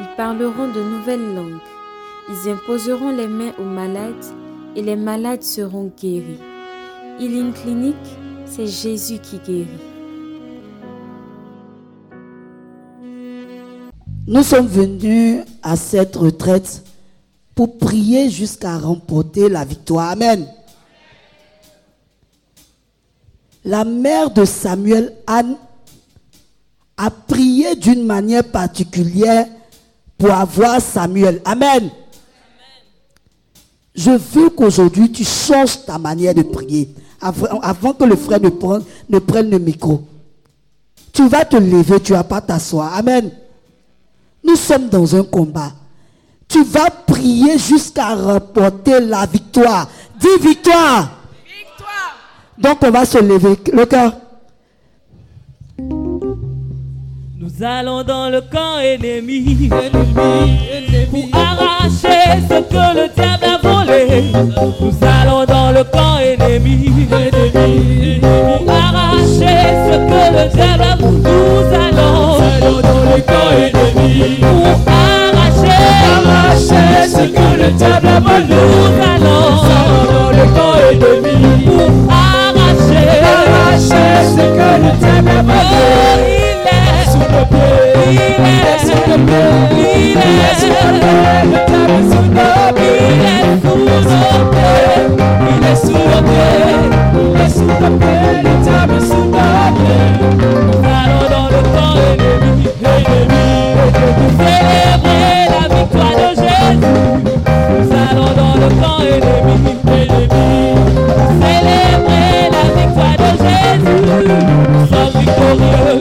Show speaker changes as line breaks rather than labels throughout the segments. ils parleront de nouvelles langues, ils imposeront les mains aux malades et les malades seront guéris. Healing Clinique, c'est Jésus qui guérit.
Nous sommes venus à cette retraite pour prier jusqu'à remporter la victoire. Amen. La mère de Samuel, Anne, a prié d'une manière particulière pour avoir Samuel. Amen. Je veux qu'aujourd'hui tu changes ta manière de prier avant, avant que le frère ne prenne, ne prenne, le micro. Tu vas te lever, tu ne vas pas t'asseoir. Amen. Nous sommes dans un combat. Tu vas prier jusqu'à remporter la victoire. Dis victoire.
Victoire.
Donc on va se lever. Le cœur.
Nous allons dans le camp ennemi, ennemi, ennemi. pour arracher ce que le diable a volé. Nous allons dans le camp ennemi, ennemi pour arracher ce que le diable a volé. Nous allons,
Nous allons dans le camp ennemi
pour arracher,
arracher ce que le diable a volé.
Nous allons,
Nous allons dans le camp ennemi
pour arracher,
arracher ce que le diable a volé.
Oh, sous le pied. Il est sous le pied. Il est sous le pied. Le diable est sous le pied. Il est sous le pied. Il est sous le pied. Il est sous le pied. Le diable est sous le pied. Nous allons dans le camp ennemi. Ennemi. Célébrer la victoire de Jésus. Nous allons dans le camp ennemi. Ennemi. Célébrer la victoire de Jésus. Nous sommes victorieux.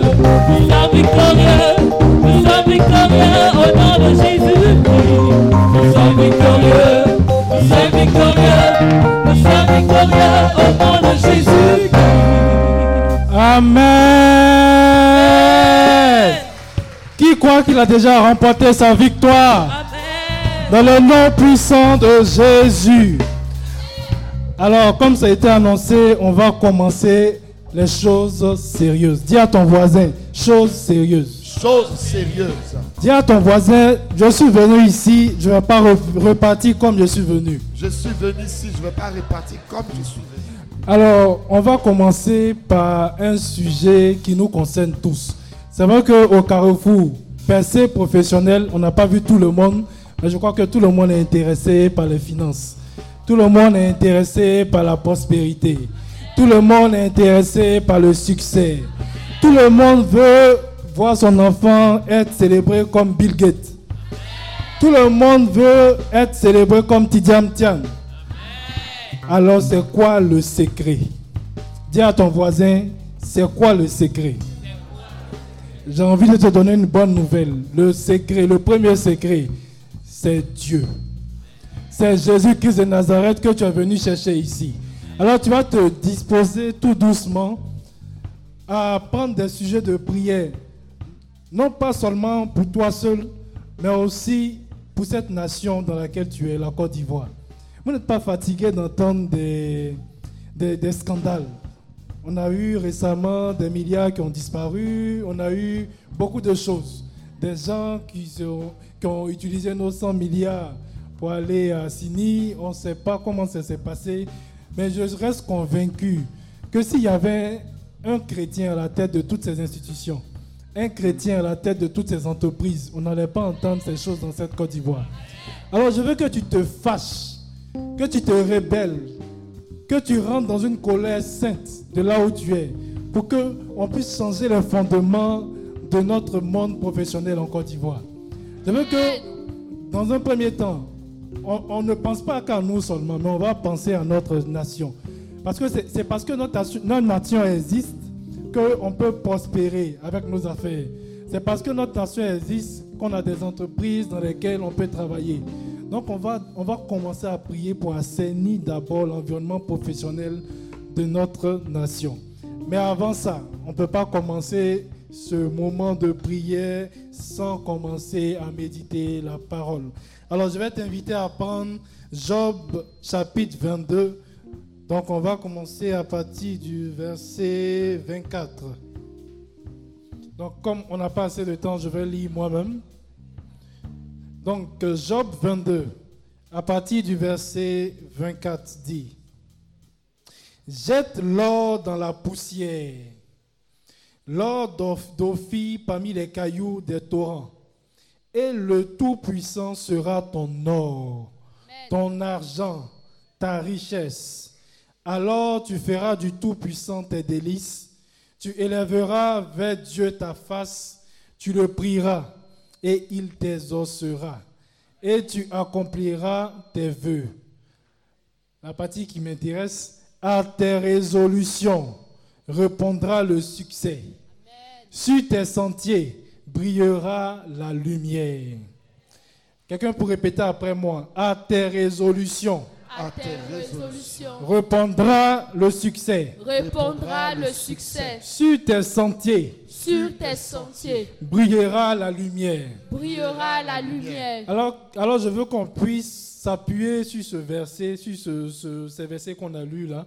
Nous sommes victorieux, nous sommes victorieux au nom de Jésus. Nous sommes victorieux, nous sommes victorieux, nous sommes victorieux au nom de Jésus.
Amen. Qui croit qu'il a déjà remporté sa victoire
Amen.
dans le nom puissant de Jésus Alors, comme ça a été annoncé, on va commencer les choses sérieuses. Dis à ton voisin, choses sérieuses.
Choses sérieuses.
Dis à ton voisin, je suis venu ici, je ne vais pas re- repartir comme je suis venu.
Je suis venu ici, je ne vais pas repartir comme je suis venu.
Alors, on va commencer par un sujet qui nous concerne tous. C'est vrai qu'au Carrefour, percée professionnelle, on n'a pas vu tout le monde, mais je crois que tout le monde est intéressé par les finances. Tout le monde est intéressé par la prospérité. Tout le monde est intéressé par le succès. Tout le monde veut voir son enfant être célébré comme Bill Gates. Tout le monde veut être célébré comme Tidiam Tian. Alors c'est quoi le secret Dis à ton voisin, c'est quoi le secret J'ai envie de te donner une bonne nouvelle. Le secret, le premier secret, c'est Dieu. C'est Jésus-Christ de Nazareth que tu es venu chercher ici. Alors tu vas te disposer tout doucement à prendre des sujets de prière, non pas seulement pour toi seul, mais aussi pour cette nation dans laquelle tu es, la Côte d'Ivoire. Vous n'êtes pas fatigué d'entendre des, des, des scandales. On a eu récemment des milliards qui ont disparu, on a eu beaucoup de choses. Des gens qui, se- qui ont utilisé nos 100 milliards pour aller à Sini, on ne sait pas comment ça s'est passé, mais je reste convaincu que s'il y avait un chrétien à la tête de toutes ces institutions, un chrétien à la tête de toutes ces entreprises, on n'allait pas entendre ces choses dans cette Côte d'Ivoire. Alors je veux que tu te fâches, que tu te rébelles, que tu rentres dans une colère sainte de là où tu es, pour que on puisse changer les fondements de notre monde professionnel en Côte d'Ivoire. Je veux que, dans un premier temps, on, on ne pense pas qu'à nous seulement, mais on va penser à notre nation. Parce que c'est c'est parce que notre, assu- notre nation existe qu'on peut prospérer avec nos affaires. C'est parce que notre nation existe qu'on a des entreprises dans lesquelles on peut travailler. Donc on va, on va commencer à prier pour assainir d'abord l'environnement professionnel de notre nation. Mais avant ça, on ne peut pas commencer ce moment de prière sans commencer à méditer la parole. Alors je vais t'inviter à prendre Job chapitre 22. Donc on va commencer à partir du verset 24. Donc, comme on n'a pas assez de temps, je vais lire moi-même. Donc, euh, Job 22, à partir du verset 24, dit Jette l'or dans la poussière, l'or d'Oph- d'Ophir parmi les cailloux des torrents, et le Tout-Puissant sera ton or, ton argent, ta richesse. Alors tu feras du Tout-Puissant tes délices, tu élèveras vers Dieu ta face, tu le prieras et il t'exaucera et tu accompliras tes vœux. La partie qui m'intéresse, à tes résolutions répondra le succès. Sur tes sentiers brillera la lumière. Quelqu'un peut répéter après moi, à tes résolutions
à
à
tes
tes résolutions
répondra le succès.
répondra le succès.
Sur tes sentiers
Sur tes sentiers
brillera la lumière.
brillera la lumière.
Alors, alors je veux qu'on puisse s'appuyer sur ce verset, sur ce, ce- ces versets qu'on a lus là,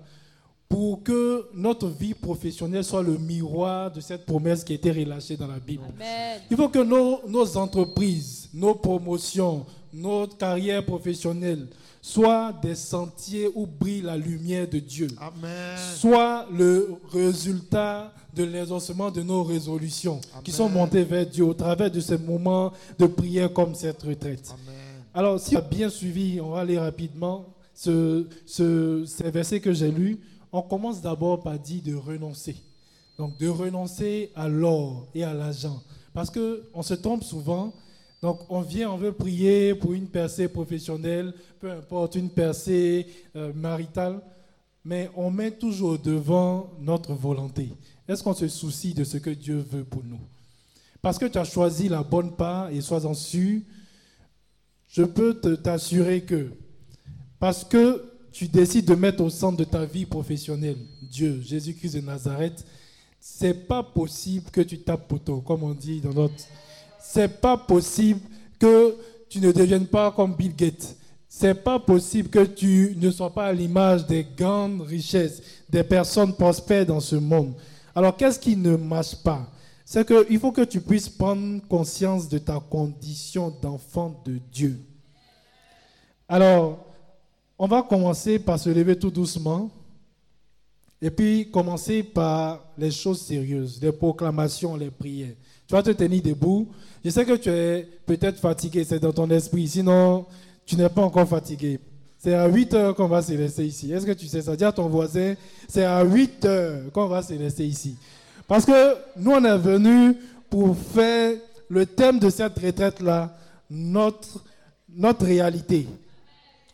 pour que notre vie professionnelle soit le miroir de cette promesse qui a été relâchée dans la Bible.
Amen.
Il faut que nos, nos entreprises, nos promotions, notre carrière professionnelle soient des sentiers où brille la lumière de Dieu
Amen.
soit le résultat de l'exaucement de nos résolutions qui sont montées vers Dieu au travers de ces moments de prière comme cette retraite. Alors, si on a bien suivi, on va aller rapidement, ce, ce, ces versets que j'ai lus, on commence d'abord par dire de renoncer. Donc, de renoncer à l'or et à l'argent. Parce que on se trompe souvent. Donc, on vient, on veut prier pour une percée professionnelle, peu importe, une percée euh, maritale. Mais on met toujours devant notre volonté. Est-ce qu'on se soucie de ce que Dieu veut pour nous Parce que tu as choisi la bonne part et sois-en sûr, je peux te- t'assurer que parce que tu décides de mettre au centre de ta vie professionnelle Dieu, Jésus-Christ de Nazareth, c'est pas possible que tu tapes poteau, comme on dit dans notre. C'est pas possible que tu ne deviennes pas comme Bill Gates. C'est pas possible que tu ne sois pas à l'image des grandes richesses, des personnes prospères dans ce monde. Alors qu'est-ce qui ne marche pas C'est qu'il faut que tu puisses prendre conscience de ta condition d'enfant de Dieu. Alors, on va commencer par se lever tout doucement et puis commencer par les choses sérieuses, les proclamations, les prières. Tu vas te tenir debout. Je sais que tu es peut-être fatigué, c'est dans ton esprit. Sinon, tu n'es pas encore fatigué. C'est à 8 heures qu'on va se laisser ici. Est-ce que tu sais ça Dis à ton voisin, c'est à 8 heures qu'on va se laisser ici. Parce que nous, on est venus pour faire le thème de cette retraite-là, notre, notre réalité.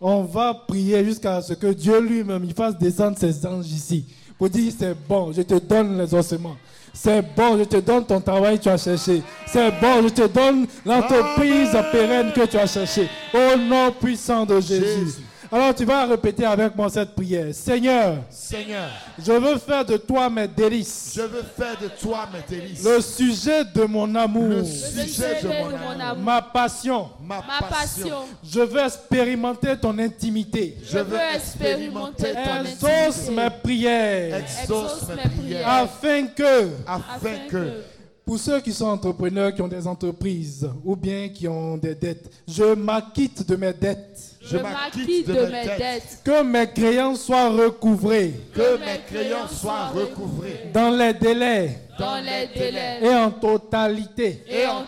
On va prier jusqu'à ce que Dieu lui-même il fasse descendre ses anges ici pour dire c'est bon, je te donne les ossements. C'est bon, je te donne ton travail que tu as cherché. C'est bon, je te donne l'entreprise pérenne que tu as cherché. Au nom puissant de Jésus.
Jésus.
Alors tu vas répéter avec moi cette prière. Seigneur,
Seigneur,
je veux faire de toi mes délices.
je veux faire de toi mes délices.
Le sujet de mon amour,
Le
Le sujet de mon amour,
ma passion.
ma passion,
Je veux expérimenter ton intimité.
je veux expérimenter ton
Exauce mes
intimité.
prières
Exauce mes prières.
afin que,
Afin que
pour ceux qui sont entrepreneurs, qui ont des entreprises ou bien qui ont des dettes, je m'acquitte de mes dettes.
je m'acquitte de mes dettes,
Que mes créances soient recouvrées
que mes crayons soient recouvrés
dans les délais
dans les délais
et en totalité.
et en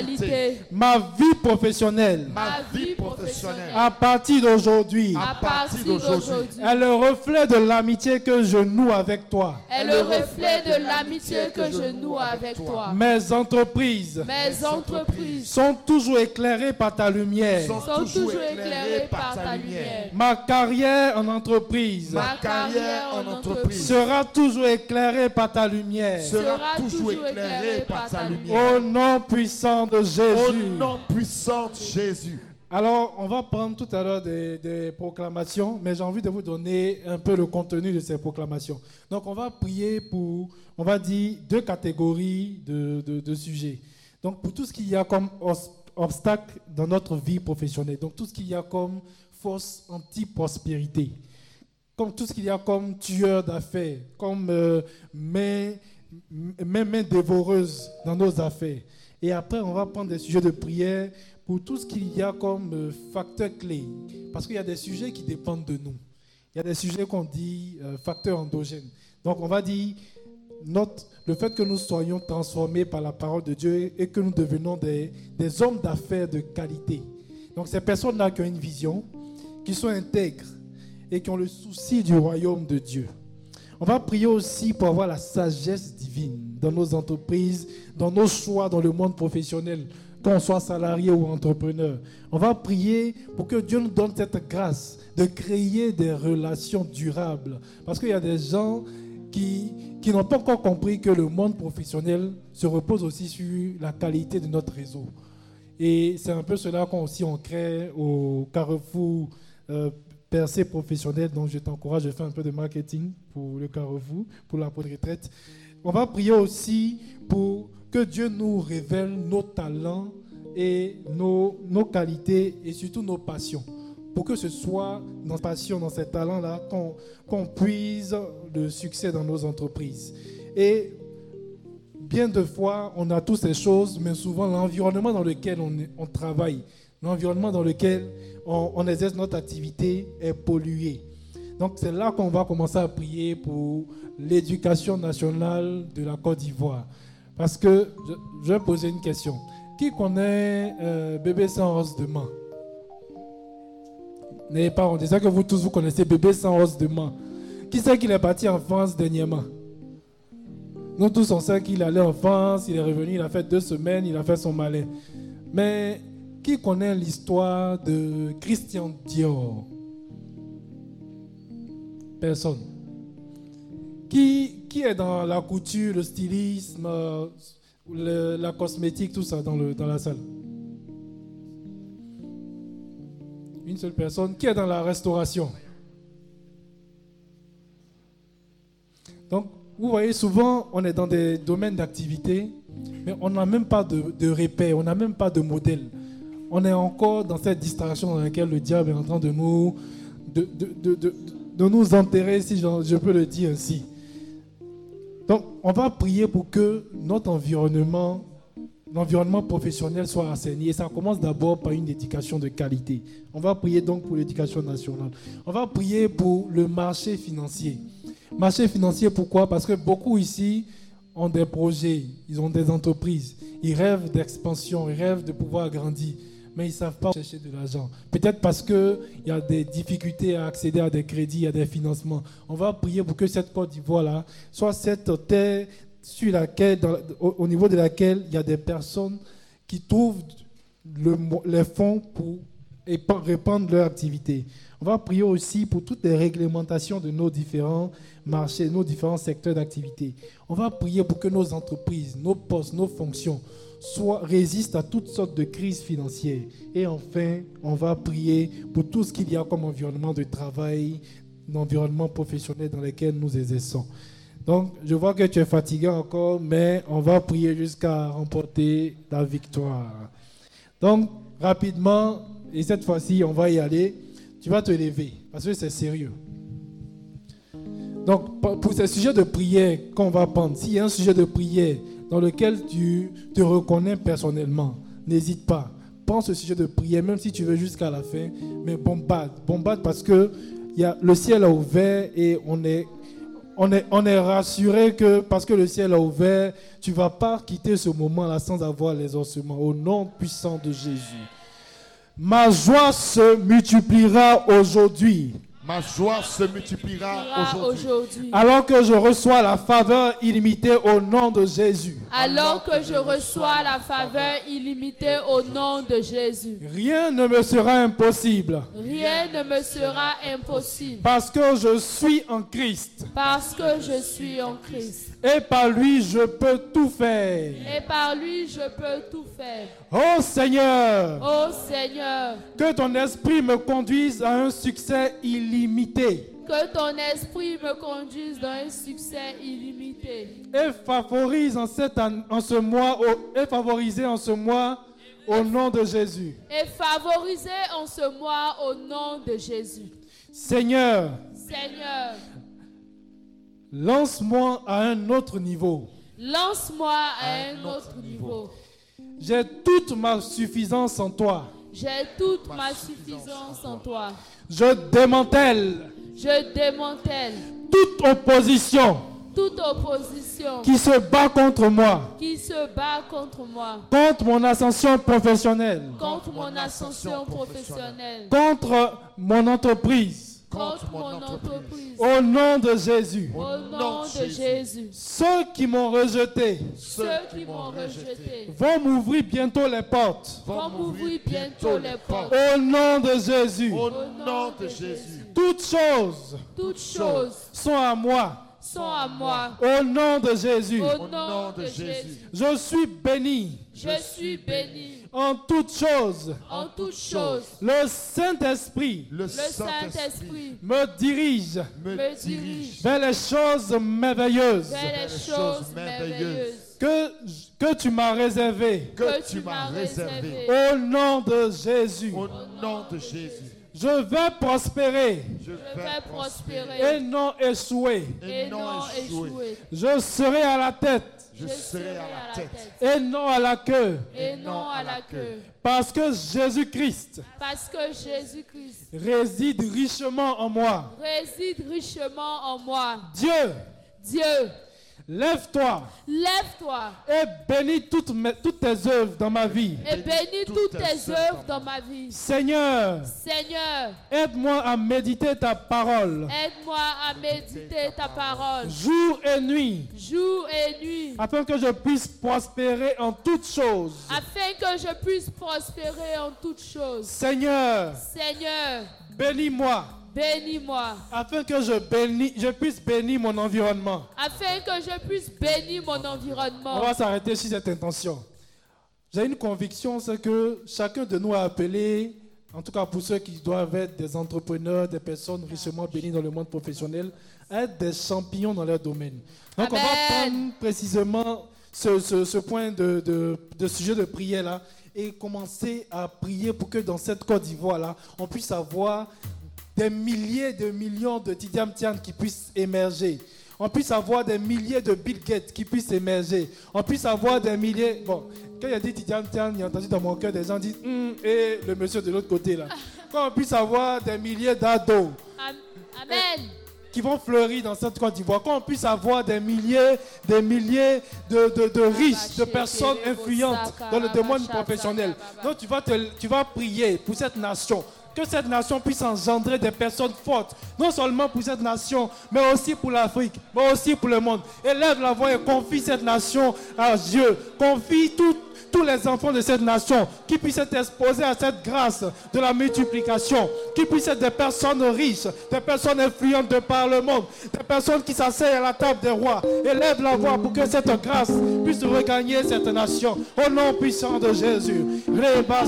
totalité.
Ma vie professionnelle,
ma vie professionnelle.
à partir d'aujourd'hui,
À partir d'aujourd'hui,
est le reflet de l'amitié que je noue avec toi.
est le reflet de l'amitié que je noue avec toi.
Mes entreprises
Mes entreprises
sont toujours éclairées par ta lumière.
sont toujours éclairées éclairée par ta lumière.
Ma carrière en entreprise
Ma carrière en entreprise
sera toujours éclairée par ta lumière.
sera toujours éclairée par ta lumière.
Au nom puissant de
Au
Jésus.
nom puissant de Jésus.
Alors, on va prendre tout à l'heure des, des proclamations, mais j'ai envie de vous donner un peu le contenu de ces proclamations. Donc, on va prier pour, on va dire, deux catégories de, de- de sujets. Donc, pour tout ce qu'il y a comme os- obstacle dans notre vie professionnelle, donc tout ce qu'il y a comme force anti-prospérité, comme tout ce qu'il y a comme tueur d'affaires, comme euh, main, main, main dévoreuse dans nos affaires. Et après, on va prendre des sujets de prière pour tout ce qu'il y a comme euh, facteur clé. Parce qu'il y a des sujets qui dépendent de nous. Il y a des sujets qu'on dit euh, facteurs endogènes. Donc, on va dire notre, le fait que nous soyons transformés par la parole de Dieu et que nous devenons des, des hommes d'affaires de qualité. Donc, ces personnes-là qui ont une vision, qui sont intègres et qui ont le souci du royaume de Dieu. On va prier aussi pour avoir la sagesse divine dans nos entreprises, dans nos choix dans le monde professionnel, qu'on soit salarié ou entrepreneur. On va prier pour que Dieu nous donne cette grâce de créer des relations durables. Parce qu'il y a des gens qui, qui n'ont pas encore compris que le monde professionnel se repose aussi sur la qualité de notre réseau. Et c'est un peu cela qu'on aussi on crée au Carrefour euh, Percé Professionnel. Donc je t'encourage, je fais un peu de marketing pour le Carrefour, pour la peau de retraite. On va prier aussi pour que Dieu nous révèle nos talents et nos, nos qualités et surtout nos passions. Pour que ce soit dans ces passions, dans ces talents-là, qu'on qu'on puise le succès dans nos entreprises. Et bien de fois, on a toutes ces choses, mais souvent l'environnement dans lequel on, on travaille, l'environnement dans lequel on, on exerce notre activité est pollué. Donc c'est là qu'on va commencer à prier pour l'éducation nationale de la Côte d'Ivoire. Parce que je, je vais poser une question. Qui connaît euh, Bébé sans os de main N'ayez pas honte. Je sais que vous tous, vous connaissez Bébé sans os de main. Qui sait qu'il est parti en France dernièrement nous tous, on sait qu'il allait en France, il est revenu, il a fait deux semaines, il a fait son malin. Mais qui connaît l'histoire de Christian Dior Personne. Qui, qui est dans la couture, le stylisme, euh, le- la cosmétique, tout ça dans, le, dans la salle Une seule personne. Qui est dans la restauration Donc, vous voyez, souvent, on est dans des domaines d'activité, mais on n'a même pas de, de repères, on n'a même pas de modèle. On est encore dans cette distraction dans laquelle le diable est en train de nous, de, de- de- de- de nous enterrer, si j'en- je peux le dire ainsi. Donc, on va prier pour que notre environnement, l'environnement professionnel soit assaini. Et ça commence d'abord par une éducation de qualité. On va prier donc pour l'éducation nationale. On va prier pour le marché financier. Marché financier, pourquoi Parce que beaucoup ici ont des projets, ils ont des entreprises, ils rêvent d'expansion, ils rêvent de pouvoir grandir, mais ils ne savent pas où chercher de l'argent. Peut-être parce qu'il y a des difficultés à accéder à des crédits, à des financements. On va prier pour que cette Côte d'Ivoire-là soit cette terre sur laquelle, dans- au, au niveau de laquelle il y a des personnes qui trouvent le mo- les fonds pour épa- répandre leur activité. On va prier aussi pour toutes les réglementations de nos différents marchés, nos différents secteurs d'activité. On va prier pour que nos entreprises, nos postes, nos fonctions soient, résistent à toutes sortes de crises financières. Et enfin, on va prier pour tout ce qu'il y a comme environnement de travail, l'environnement professionnel dans lequel nous exerçons. Donc, je vois que tu es fatigué encore, mais on va prier jusqu'à remporter la victoire. Donc, rapidement, et cette fois-ci, on va y aller. Tu vas te lever, parce que c'est sérieux. Donc, pour pour ces sujets de prière qu'on va prendre, s'il y a un sujet de prière dans lequel tu te reconnais personnellement, n'hésite pas. Prends ce sujet de prière, même si tu veux jusqu'à la fin, mais bombarde. Bombarde parce que il y a, le ciel a ouvert et on est, on est, on est rassuré que parce que le ciel a ouvert, tu ne vas pas quitter ce moment-là sans avoir les ossements. Au nom puissant de Jésus. Ma joie se multipliera aujourd'hui.
Ma joie se multipliera Oh, aujourd'hui.
aujourd'hui.
Alors que je reçois la faveur illimitée au nom de Jésus.
Alors que je reçois la faveur illimitée au nom de Jésus.
Rien ne me sera impossible
Rien ne me sera impossible
parce que je suis en Christ
parce que je suis en Christ.
et par lui je peux tout faire.
Et par lui, je peux tout faire.
Oh Seigneur,
Oh Seigneur,
que ton esprit me conduise à un succès illimité
que ton esprit me conduise dans un succès illimité
et favorise en, cette an- en ce mois au- et favorisé en ce mois au nom de Jésus.
et favorisé en ce mois au nom de Jésus.
Seigneur,
Seigneur,
lance-moi à un autre niveau.
lance-moi à un autre niveau.
J'ai toute ma suffisance en toi.
J'ai toute ma suffisance en toi.
Je démantèle
Je démantèle
toute opposition
toute opposition
qui se bat contre moi,
qui se bat contre moi,
contre mon ascension professionnelle,
contre mon ascension professionnelle,
contre mon entreprise.
contre mon entreprise.
Au nom de Jésus,
Au nom de Jésus,
ceux qui m'ont rejeté
ceux qui m'ont rejeté
vont m'ouvrir bientôt les portes.
vont m'ouvrir bientôt les portes.
Au nom de Jésus,
Au nom de Jésus.
toutes choses
Toutes choses
sont à moi.
sont à moi.
Au nom de Jésus,
Au nom de Jésus,
je suis béni
je suis béni
en toutes choses.
en toutes choses.
Le Saint-Esprit
Le
Le Saint-Esprit
me dirige
me dirige
vers les choses merveilleuses
vers les choses merveilleuses
que, que tu m'as réservées.
que tu m'as réservé.
Au nom de Jésus,
Au nom de Jésus.
je vais prospérer
Je
Je vais prospérer
et non échouer.
et non échouer.
Je serai à la tête
Je serai à la tête
et non à la queue,
et non à la queue.
parce que Jésus-Christ
Parce que Jésus-Christ
réside richement en moi.
réside richement en moi.
Dieu,
Dieu,
lève-toi
lève-toi
et bénis toutes, mes- toutes tes œuvres dans ma vie.
et bénis toutes tes œuvres dans ma vie.
Seigneur,
Seigneur,
aide-moi à méditer ta parole
aide-moi à méditer ta parole
jour et nuit,
jour et nuit
afin que je puisse prospérer en toutes choses.
afin que je puisse prospérer en toutes choses.
Seigneur,
Seigneur,
bénis-moi
bénis-moi
afin que je, bénis, je puisse bénir mon environnement.
afin que je puisse bénir mon
On
environnement.
va s'arrêter sur cette intention. J'ai une conviction, c'est que chacun de nous a appelé, en tout cas pour ceux qui doivent être des entrepreneurs, des personnes richement bénies dans le monde professionnel, à être des champions dans leur domaine. Donc on va
Amen.
prendre précisément ce, ce- ce point de, de- de sujet de prière là et commencer à prier pour que dans cette Côte d'Ivoire là, on puisse avoir des milliers de millions de Tidiam Tian qui puissent émerger. On puisse avoir des milliers de Bill Gates qui puissent émerger. On puisse avoir des milliers. Bon, quand il a dit Tidiam Tian, il y a entendu dans mon cœur des gens disent Hum, et le monsieur de l'autre côté là. Qu'on puisse avoir des milliers d'ados
Am- Amen.
qui vont fleurir dans cette Côte d'Ivoire, qu'on puisse avoir des milliers, des milliers de, de, de riches, de personnes influentes dans le domaine professionnel. Donc tu vas, te, tu vas prier pour cette nation. Que cette nation puisse engendrer des personnes fortes, non seulement pour cette nation, mais aussi pour l'Afrique, mais aussi pour le monde. Élève la voix et confie cette nation à Dieu. Confie tout, tous les enfants de cette nation qui puissent être exposés à cette grâce de la multiplication, qui puissent être des personnes riches, des personnes influentes de par le monde, des personnes qui s'asseyent à la table des rois. Élève la voix pour que cette grâce puisse regagner cette nation. Au nom puissant de Jésus. Reba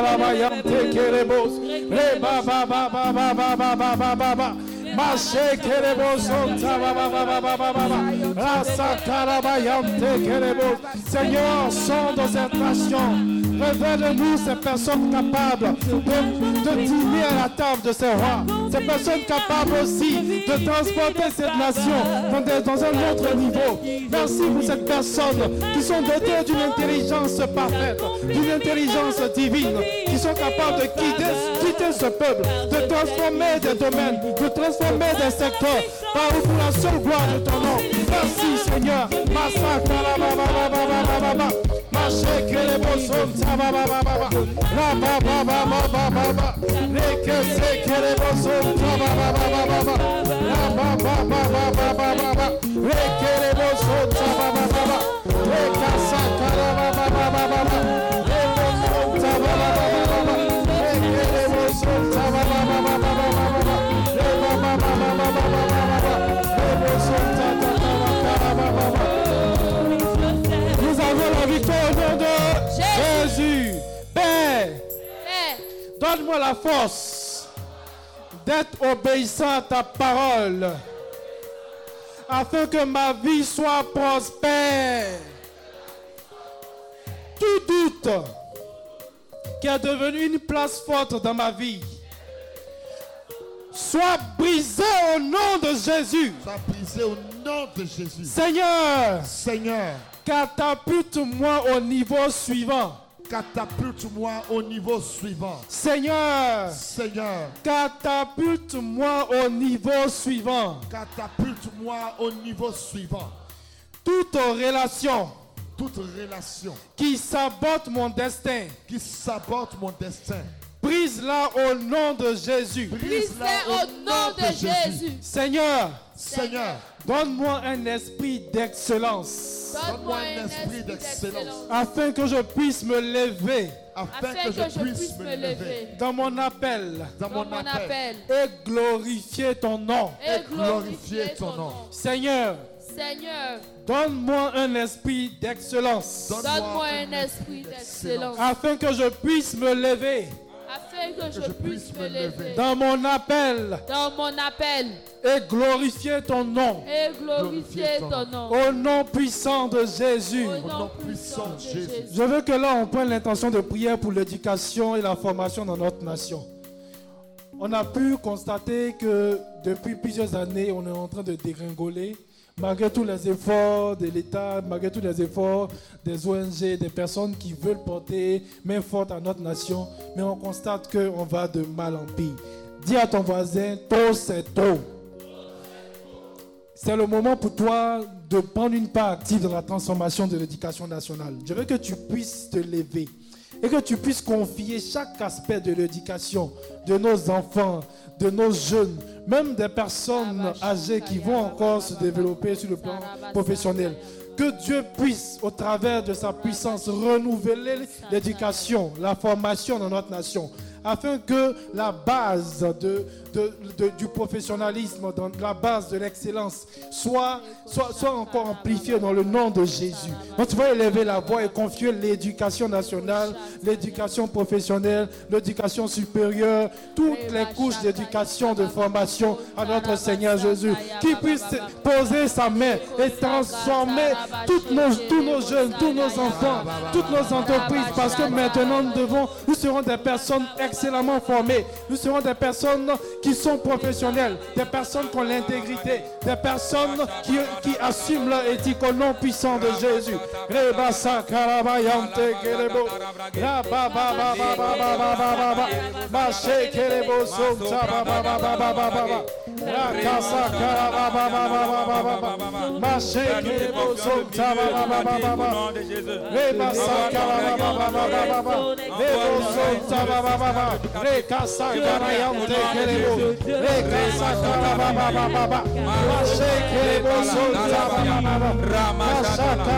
sakarabayante kerebos. Reba ba ba ba ba ba ba ba ba ba ba. Mashe kerebos onta ba ba ba ba ba ba ba ba. Rasa karabayante kerebos. Seigneur, sors dans cette nation. Révèle-nous ces personnes capables de, de dîner à la table de ces rois. Ces personnes capables aussi de transporter cette nation dans, des- dans un autre niveau. Merci pour ces personnes qui sont dotées d'une intelligence parfaite, d'une intelligence divine, qui sont capables de guider, quitter ce peuple, de transformer des domaines, de transformer des secteurs par pour la seule gloire de ton nom. Merci Seigneur. Massacre, la, ba, ba, ba, ba, ba, ba, ba, ba. Ma Shekele bosom taba ba ba ba ba. La ba ba ba ba ba ba ba. Leke sekele bosom taba ba ba ba ba ba. La ba ba ba ba ba ba ba ba. Lekele bosom taba ba ba ba. Leka sakala ba ba ba ba ba ba. Le bosom taba ba ba ba ba ba. Lekele bosom taba ba ba ba ba ba ba ba ba. Le ba ba ba ba ba ba ba ba ba. Le bosom taba ba ba ba ba ba ba. Nous avons la victoire au nom de Jésus. Père,
Père,
donne-moi la force d'être obéissant à ta parole, afin que ma vie soit prospère. Tout doute qui est devenu une place forte dans ma vie, soit brisé au nom de Jésus.
Sois brisé au nom de Jésus.
Seigneur,
Seigneur,
catapulte-moi au niveau suivant.
catapulte-moi au niveau suivant.
Seigneur,
Seigneur,
Catapulte-moi au niveau suivant.
catapulte-moi au niveau suivant.
Toute relation
Toute relation
qui sabote mon destin,
qui sabote mon destin,
brise-la au nom de Jésus.
brise-les
brise-la
au nom de Jésus.
Seigneur,
Seigneur,
donne-moi un esprit d'excellence
Donne-moi un esprit d'excellence
afin que je puisse me lever
afin
afin
que je puisse me lever
lever
dans mon appel
dans
dans
mon appel
et glorifier ton nom.
et
glorifier
glorifier
ton
ton
nom.
nom.
Seigneur,
Seigneur,
donne-moi un esprit d'excellence
donne-moi un esprit d'excellence
afin que je puisse me lever
afin que je puisse me lever
dans mon appel
dans mon appel
et glorifier ton nom.
et glorifier ton nom.
Au nom puissant de Jésus.
Au nom puissant de Jésus.
Je veux que là, on prenne l'intention de prière pour l'éducation et la formation dans notre nation. On a pu constater que depuis plusieurs années, on est en train de dégringoler, malgré tous les efforts de l'État, malgré tous les efforts des ONG, des personnes qui veulent porter main forte à notre nation, mais on constate qu'on va de mal en pire. Dis à ton voisin, tôt c'est tôt. C'est le moment pour toi de prendre une part active dans la transformation de l'éducation nationale. Je veux que tu puisses te lever et que tu puisses confier chaque aspect de l'éducation de nos enfants, de nos jeunes, même des personnes âgées qui vont encore se développer sur le plan professionnel. Que Dieu puisse, au travers de sa puissance, renouveler l'éducation, la formation dans notre nation, afin que la base de, de- de- du professionnalisme, dans la base de l'excellence, soit, soit, soit encore amplifiée dans le nom de Jésus. Donc tu vas élever la voix et confier l'éducation nationale, l'éducation professionnelle, l'éducation supérieure, toutes les couches d'éducation, de formation à notre Seigneur Jésus, qui puisse poser sa main et transformer toutes nos, tous nos jeunes, tous nos enfants, toutes nos entreprises, parce que maintenant nous devons, nous serons des personnes excellemment formées, nous serons des personnes qui sont professionnelles, des personnes qui ont l'intégrité, des personnes qui, qui assument leur éthique au nom puissant de Jésus. Rebasa karabayante kerebo. Ra ba ba ba ba ba ba ba ba ba ba. Mashe kerebo somta ba ba ba ba ba ba ba ba. Ra kasa karaba ba ba ba ba ba ba ba ba. Mashe kerebo somta ba ba ba ba ba ba. Rebasa karaba ba ba ba ba ba ba. Rebo somta ba ba ba ba. Re kasa karayante kerebo. Re kasa karaba ba ba ba ba. Mashe kerebo somta ba ba ba ba.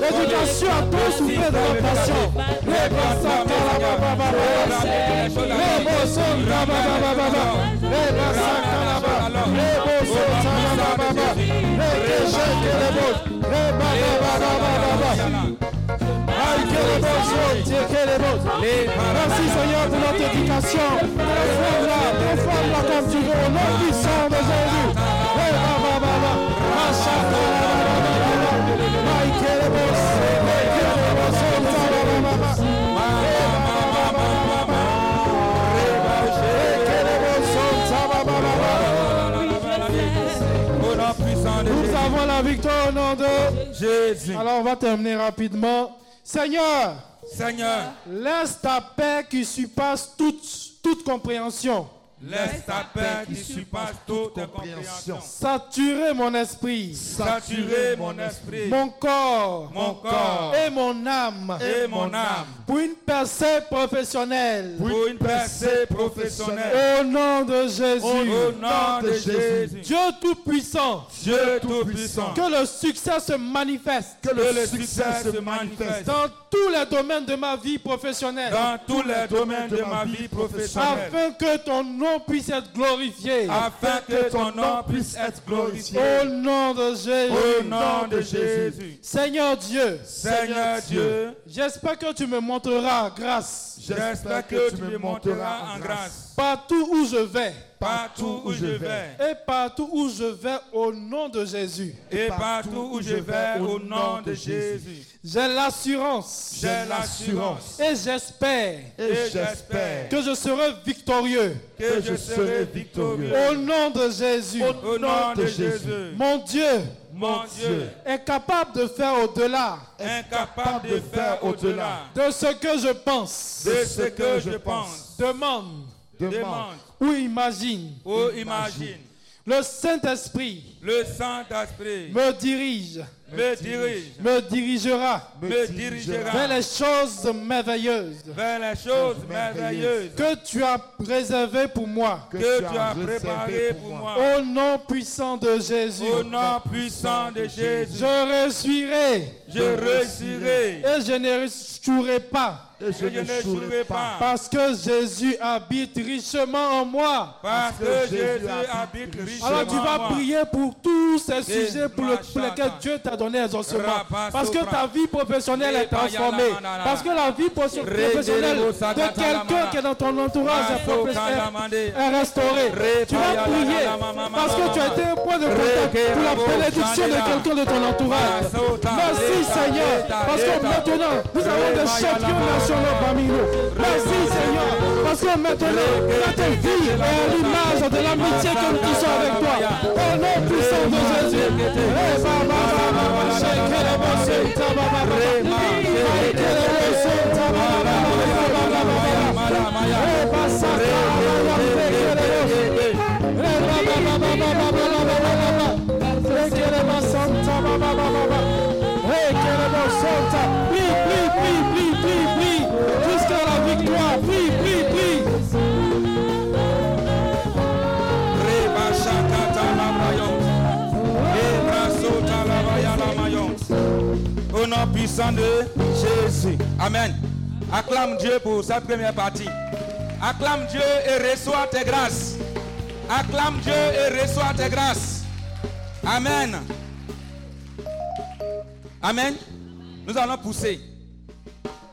L'éducation a trop souffert de la passion. Merci Seigneur pour notre éducation. Transforme-la, transforme-la comme tu veux. Au nom puissant de Jésus. Eh, ba, ba, ba, ba. Masha, ba, ba, ba, ba, ba, ba, ba. Michael et Boss, Michael et Boss, oh, ba, ba, ba, ba, ba. Eh, ba, ba, ba, ba, ba, ba. Michael et Boss, oh, ba, ba, ba, ba, ba. Nous avons la victoire au nom de
Jésus.
Alors on va terminer rapidement. Seigneur,
Seigneur,
laisse ta paix qui surpasse toute, toute compréhension
Laisse ta paix qui surpasse toute compréhension
compréhension.
Saturer mon esprit,
saturer mon esprit,
mon corps,
Mon corps.
et mon âme
et mon âme
pour une percée professionnelle.
pour une percée professionnelle.
Au nom de Jésus,
Au nom de Jésus,
Dieu Tout-Puissant,
Dieu Tout-Puissant,
que le succès se manifeste
que le succès se manifeste
dans tous les domaines de ma vie professionnelle,
dans tous les domaines de ma vie professionnelle,
afin que ton nom puisse être glorifié.
afin que ton nom puisse être glorifié.
Au nom de Jésus.
Au nom de Jésus,
Seigneur Dieu,
Seigneur Dieu,
j'espère que tu me montreras grâce
j'espère que tu me monteras en grâce
partout où je vais
partout où je vais
et partout où je vais au nom de Jésus.
et partout où je vais au nom de Jésus.
J'ai l'assurance
J'ai l'assurance
et j'espère
et j'espère
que je serai victorieux
que je serai victorieux
au nom de Jésus.
au nom de Jésus.
Mon Dieu
Mon Dieu
est capable de faire au-delà
incapable de faire au-delà
de ce que je pense,
de ce que je pense,
demande
demande
ou imagine.
ou imagine.
Le Saint-Esprit
Le Saint-Esprit
me dirige,
me dirige,
me dirigera
me
vers
dirigera
les choses merveilleuses
vers les choses merveilleuses
que tu as réservées pour moi.
que tu as préparées pour moi.
Au nom puissant de Jésus,
Au nom puissant de Jésus,
je réussirai
je réussirai
et je ne réussirai pas
Et
et je ne jouerai pas
parce que Jésus habite richement en moi.
parce que Jésus habite richement.
Alors tu
en moi.
vas prier pour tous ces
Et
sujets pour, le- pour lesquels
machin.
Dieu t'a donné les ossements.
Rabba
Parce que
sopra.
ta vie professionnelle est
Reba yana
transformée.
manana.
Parce que la vie pro- professionnelle
Rebo sakata
de quelqu'un
lamana.
qui est dans ton entourage est
Maso
professionnelle,
kalamande.
est restaurée.
Reba
Tu vas
yana
prier
manana.
parce que tu as été un point de contact
Reke
pour la
rabo
bénédiction de
shandela.
quelqu'un de ton entourage.
Masota,
Merci
leta,
Seigneur.
leta,
Parce que
leta.
maintenant, nous avons des
Reba
champions
yana
nationaux parmi nous. Merci Seigneur. Parce que maintenant, notre vie est à l'image de l'amitié comme qui sont avec toi. Au nom puissant de Jésus. Eh, ba, ba, ba, ba, ba, shake it, ba, shake it, ba, ba, ba, ba. Shake it, ba, shake it, ba, ba, ba, ba, ba, ba, ba, ba, ba. Eh, ba, sa, ta, ba, ba, shake it, ba. Eh, ba, ba, ba, ba, ba, ba, ba, ba, ba, ba, ba. Shake it, ba, sa, ta, ba, ba, ba, ba, ba. Eh, quel est mon Santa. Prie, prie, prie, prie, prie, prie. Jusqu'à la victoire. Prie, prie, prie.
Reba shakata lamayon. Reba sota lavaya lamayon. Au nom puissant de Jésus. Amen. Acclame Dieu pour sa première partie. Acclame Dieu et reçois tes grâces. Acclame Dieu et reçois tes grâces. Amen. Amen. Nous allons pousser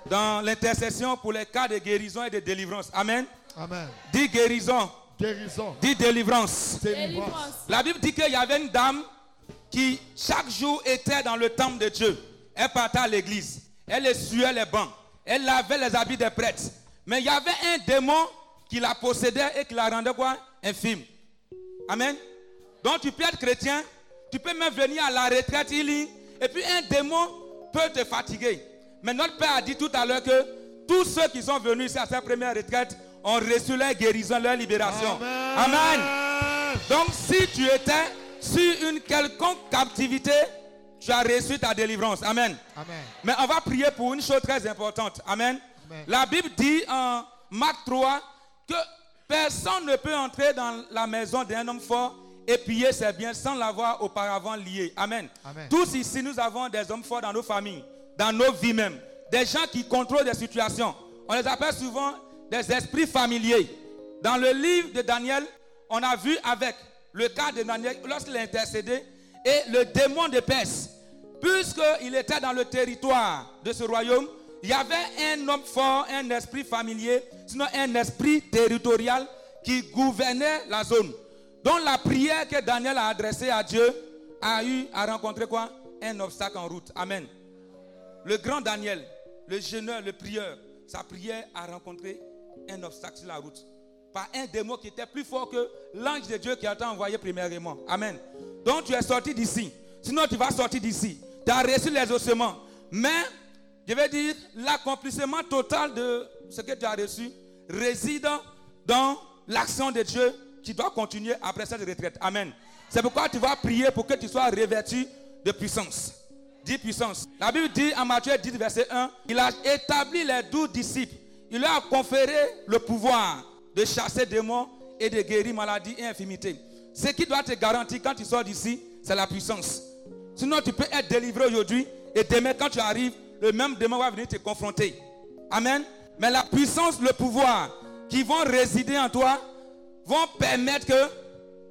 dans l'intercession pour les cas de guérison et de délivrance. Amen.
Amen.
Dis guérison,
Guérison.
dis délivrance.
Délivrance.
Délivrance.
La Bible dit qu'il y avait une dame qui, chaque jour, était dans le temple de Dieu. Elle partait à l'église. Elle essuyait les bancs. Elle lavait les habits des prêtres. Mais il y avait un démon qui la possédait et qui la rendait quoi Infime. Amen. Donc tu peux être chrétien, tu peux même venir à la retraite, il lit, et puis un démon peut te fatiguer. Mais notre Père a dit tout à l'heure que tous ceux qui sont venus ici à cette première retraite ont reçu leur guérison, leur libération. Amen. Donc si tu étais sur une quelconque captivité, tu as reçu ta délivrance. Amen.
Amen.
Mais on va prier pour une chose très importante. Amen.
Amen.
La Bible dit en Marc 3 que personne ne peut entrer dans la maison d'un homme fort et piller ses biens sans l'avoir auparavant lié. Amen.
Amen.
Tous ici, nous avons des hommes forts dans nos familles, dans nos vies même. Des gens qui contrôlent des situations. On les appelle souvent des esprits familiers. Dans le livre de Daniel, on a vu avec le cas de Daniel lorsqu'il est intercédé et le démon de Perse. Puisqu'il était dans le territoire de ce royaume, il y avait un homme fort, un esprit familier, sinon un esprit territorial qui gouvernait la zone. Donc la prière que Daniel a adressée à Dieu a eu à rencontrer quoi Un obstacle en route. Amen. Le grand Daniel, le jeûneur, le prieur, sa prière a rencontré un obstacle sur la route. Par un démon qui était plus fort que l'ange de Dieu qui a été envoyé premièrement. Amen. Donc tu es sorti d'ici. Sinon tu vas sortir d'ici. Tu as reçu les ossements. Mais, je vais dire, l'accomplissement total de ce que tu as reçu réside dans l'action de Dieu qui doit continuer après cette retraite. Amen. C'est pourquoi tu vas prier pour que tu sois revêtu de puissance. Dix puissance. La Bible dit en Matthieu 10, verset 1, il a établi les douze disciples. Il leur a conféré le pouvoir de chasser démons et de guérir maladies et infirmités. Ce qui doit te garantir quand tu sors d'ici, c'est la puissance. Sinon, tu peux être délivré aujourd'hui et demain, quand tu arrives, le même démon va venir te confronter. Amen. Mais la puissance, le pouvoir qui vont résider en toi vont permettre que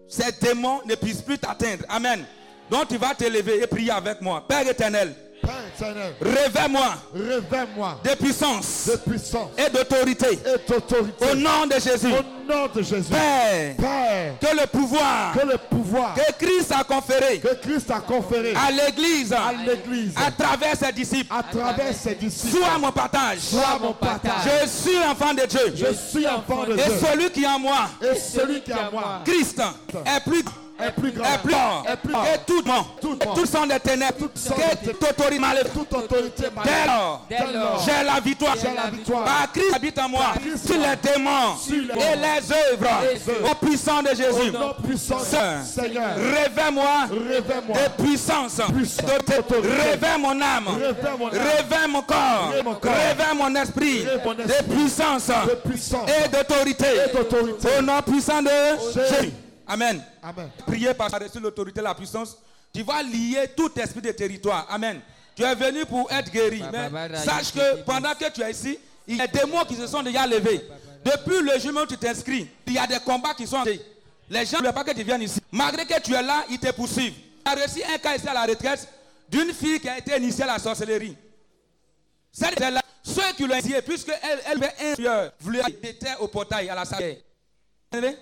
ces démons ne puissent plus t'atteindre. Amen. Donc, tu vas te lever et prier avec moi. Père éternel,
Père éternel,
révèle-moi
révèle-moi
de puissance
de puissance
et d'autorité
et d'autorité
au nom de Jésus.
au nom de Jésus.
Père,
Père,
que le pouvoir
que le pouvoir
que Christ a conféré
que Christ a conféré
à l'Église,
à
à
l'Église
travers ses disciples,
à travers ses disciples
soit mon partage.
soit mon partage.
Je suis enfant de Dieu.
Je suis enfant de
Et
Dieu
celui qui est en moi,
et celui qui est à moi
Christ, est plus
est plus grand
est plus fort
est plus
que
grand.
tout monde,
Tout monde.
tout sang des ténèbres,
Tout sang
que
des ténèbres.
toute autorité maléfique.
toute autorité
Dès
malade.
lors,
Dès lors,
j'ai la victoire.
j'ai la victoire.
Par Christ habite en moi,
Par Christ
sur
en
les
moi.
démons
Sur les
et
démons.
les œuvres
œuvres.
au puissant de
Au
Jésus.
nom puissant du
Sœur,
Seigneur,
Réveille-moi
révèle-moi
de puissance.
Puissance.
De- Réveille mon âme.
Réveille mon âme.
Réveille mon corps.
Réveille mon corps.
Réveille mon esprit.
Réveille mon
De
esprit.
puissance
de puissance
et d'autorité.
et d'autorité.
Au nom puissant de Jésus.
Jésus.
Amen.
Amen.
Priez par-dessus l'autorité, la puissance. Tu vas lier tout esprit de territoire. Amen. Tu es venu pour être guéri. Mais sache que pendant que tu es ici, il y a des démons qui se sont déjà levés. Depuis le jour où tu t'inscris, il y a des combats qui sont entrés. Les gens ne veulent pas que tu viennes ici. Malgré que tu es là, ils te poursuivent. Tu as reçu un cas ici à la retraite d'une fille qui a été initiée à la sorcellerie. Celle là, ceux qui l'ont initiée, puisque elle, elle avait un tueur, voulait déterrer au portail à la salle.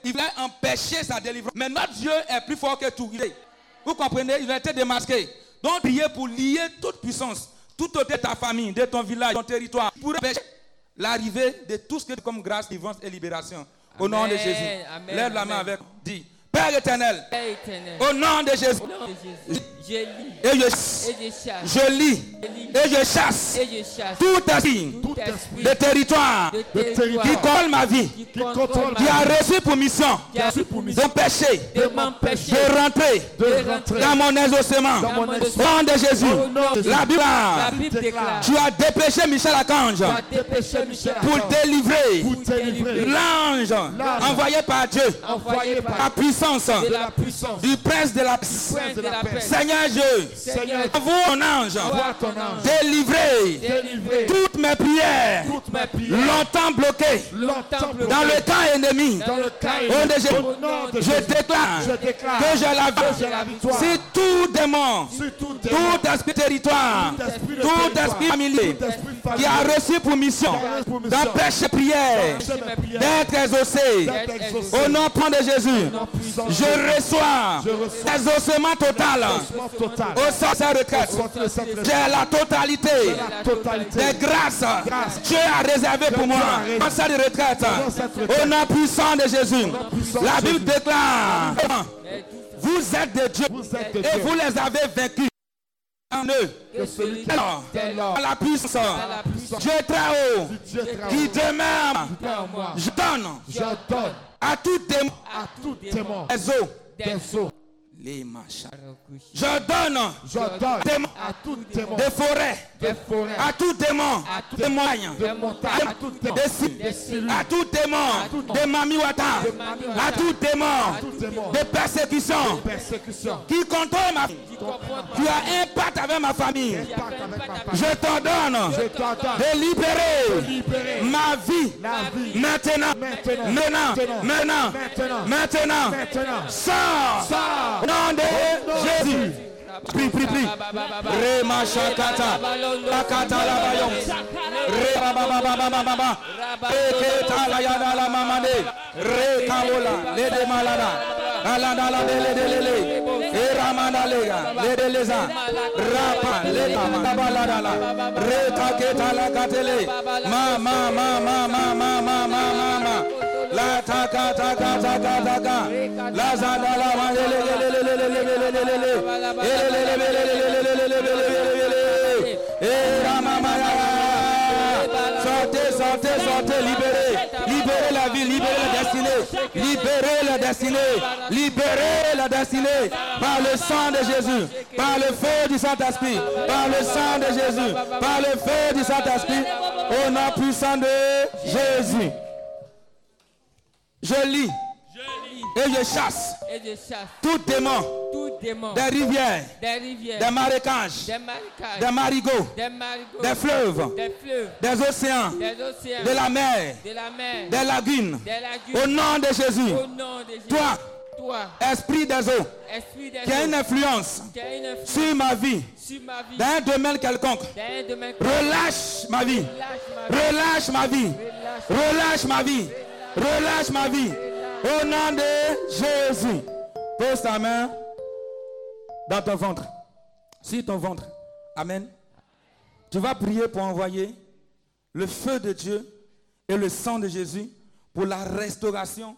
Il voulait empêcher sa délivrance. Mais notre Dieu est plus fort que tout. Il est- Vous comprenez Il a été démasqué. Donc, priez pour lier toute puissance, tout au de ta famille, de ton village, de ton territoire, pour empêcher l'arrivée de tout ce que comme grâce, délivrance et libération. Au nom de
Amen,
Jésus.
amen,
Lève la main
amen.
avec. Dis Père éternel,
Père éternel,
au nom de Jésus.
au nom de Jésus, je lis
Et je,
et je chasse
je lis
je lis
et je chasse
et je chasse
tout esprit
tout esprit
de territoire
de
territoire
qui
territoire
colle ma vie,
qui
contrôle
contrôle ma
qui a
vie,
reçu pour mission
qui a reçu pour
de péché,
de m'empêcher
de rentrer
de
de
rentrer
dans mon exaucement.
dans mon
esprit.
Au nom de
Au
Jésus.
nom de
La Bible,
La Bible déclare
tu as dépêché Michel Archange
va dépêcher Michel
pour délivrer
vous délivrer
l'ange envoyé par Dieu,
envoyé
la
par
puissance
de la puissance
du prince de la
prince de la paix.
Seigneur Dieu,
Seigneur,
envoie ton ange,
vois ton ange
délivrer
délivrer
toutes mes prières
toute ma prière
longtemps bloquées
longtemps bloqué
dans le temps ennemi.
dans le
Au nom de
cahier
Jésus.
au nom
Je
de
déclare
je déclare
que j'ai la
que j'ai la
victoire.
victoire
Si tout démon,
sur tout démon,
tout esprit territoire,
tout esprit de
tout
territoire,
esprit familier
tout esprit
qui a
familier
reçu pour mission
qui a reçu pour mission
d'empêcher prière
j'ai ma prière
d'être exaucé
d'être exaucé
au nom puissant de Jésus.
puissant
Je reçois
Je reçois
exaucement total
Mort total
au sens de retraite.
Sortez le centre
J'ai la totalité
la totalité
des grâces
Grâces.
Dieu a réservé pour moi
a réservé.
en salle de retraite
Dans cette retraite.
au nom puissant de Jésus.
puissant de
La
Jésus.
Bible déclare Vous êtes de Dieu
vous êtes de
et
Dieu
vous les avez vaincus en eux.
que celui qui
Alors,
est là
à la puissance, Dieu très haut,
Dieu travaille
qui demeure,
en moi
je donne
je donne
à tout démon
à tout démon
les eaux,
des eaux
les machins. Je donne
je donne
démon
à tout démon
des forêts,
des forêts
à tout démon, des moyens,
des montagnes à tout démon
des cibles,
cellules,
à tout démon, des mamiwata, à tout
tout
démon,
démon
des persécutions,
persécution
qui contrôle ma vie. Tu as un pacte avec ma famille.
pacte avec ma famille
Je t'ordonne
je t'ordonne
de libérer
libérer
ma vie
la vie
maintenant,
Maintenant.
maintenant,
Maintenant.
maintenant,
Maintenant.
maintenant,
maintenant
sors,
Sors.
au nom de
Jésus.
Jésus. Prie, prie, prie. Rema shakata, shakata la bayom, re ba ba ba ba ba ba ba ba, eke ta la ya da la mama de, re kaola, le de malada, ala da la de le de le le, e ramana le ga, le de le za, rapa le ta ma ba la da la, re ta ke ta la ka te le, ma ma ma ma ma ma ma ma ma ma, la ta ka ta ka ta ka ta ka, la za da la ma le le le le le le le le le le le le. Sortez, sortez, sortez, libérez, libérez la la vie, libérez la destinée, libérez la destinée, libérez la destinée par le sang de Jésus, par le feu du Saint-Esprit, par le sang de Jésus, par le feu du Saint-Esprit, au nom puissant de Jésus. Je lis
Je lis
et je chasse
et je chasse
tout démon
tout démon
des rivières,
des rivières,
des marécages,
des marécages,
des marigots,
des marigots,
des fleuves,
des fleuves,
des océans,
des océans,
de la mer,
de la mer,
des lagunes,
des lagunes.
au nom de Jésus.
Au nom de Jésus.
Toi.
Toi,
Esprit des eaux,
esprit des
qui a une
eaux,
influence
qui a une influence
sur ma vie,
sur ma vie,
dans un domaine quelconque.
dans un domaine
Relâche ma vie.
Relâche ma vie.
Relâche ma vie. Relâche
Relâche.
ma vie. Relâche ma vie. Au nom de Jésus. Pose ta main dans ton ventre. Sur ton ventre. Amen. Tu vas prier pour envoyer le feu de Dieu et le sang de Jésus pour la restauration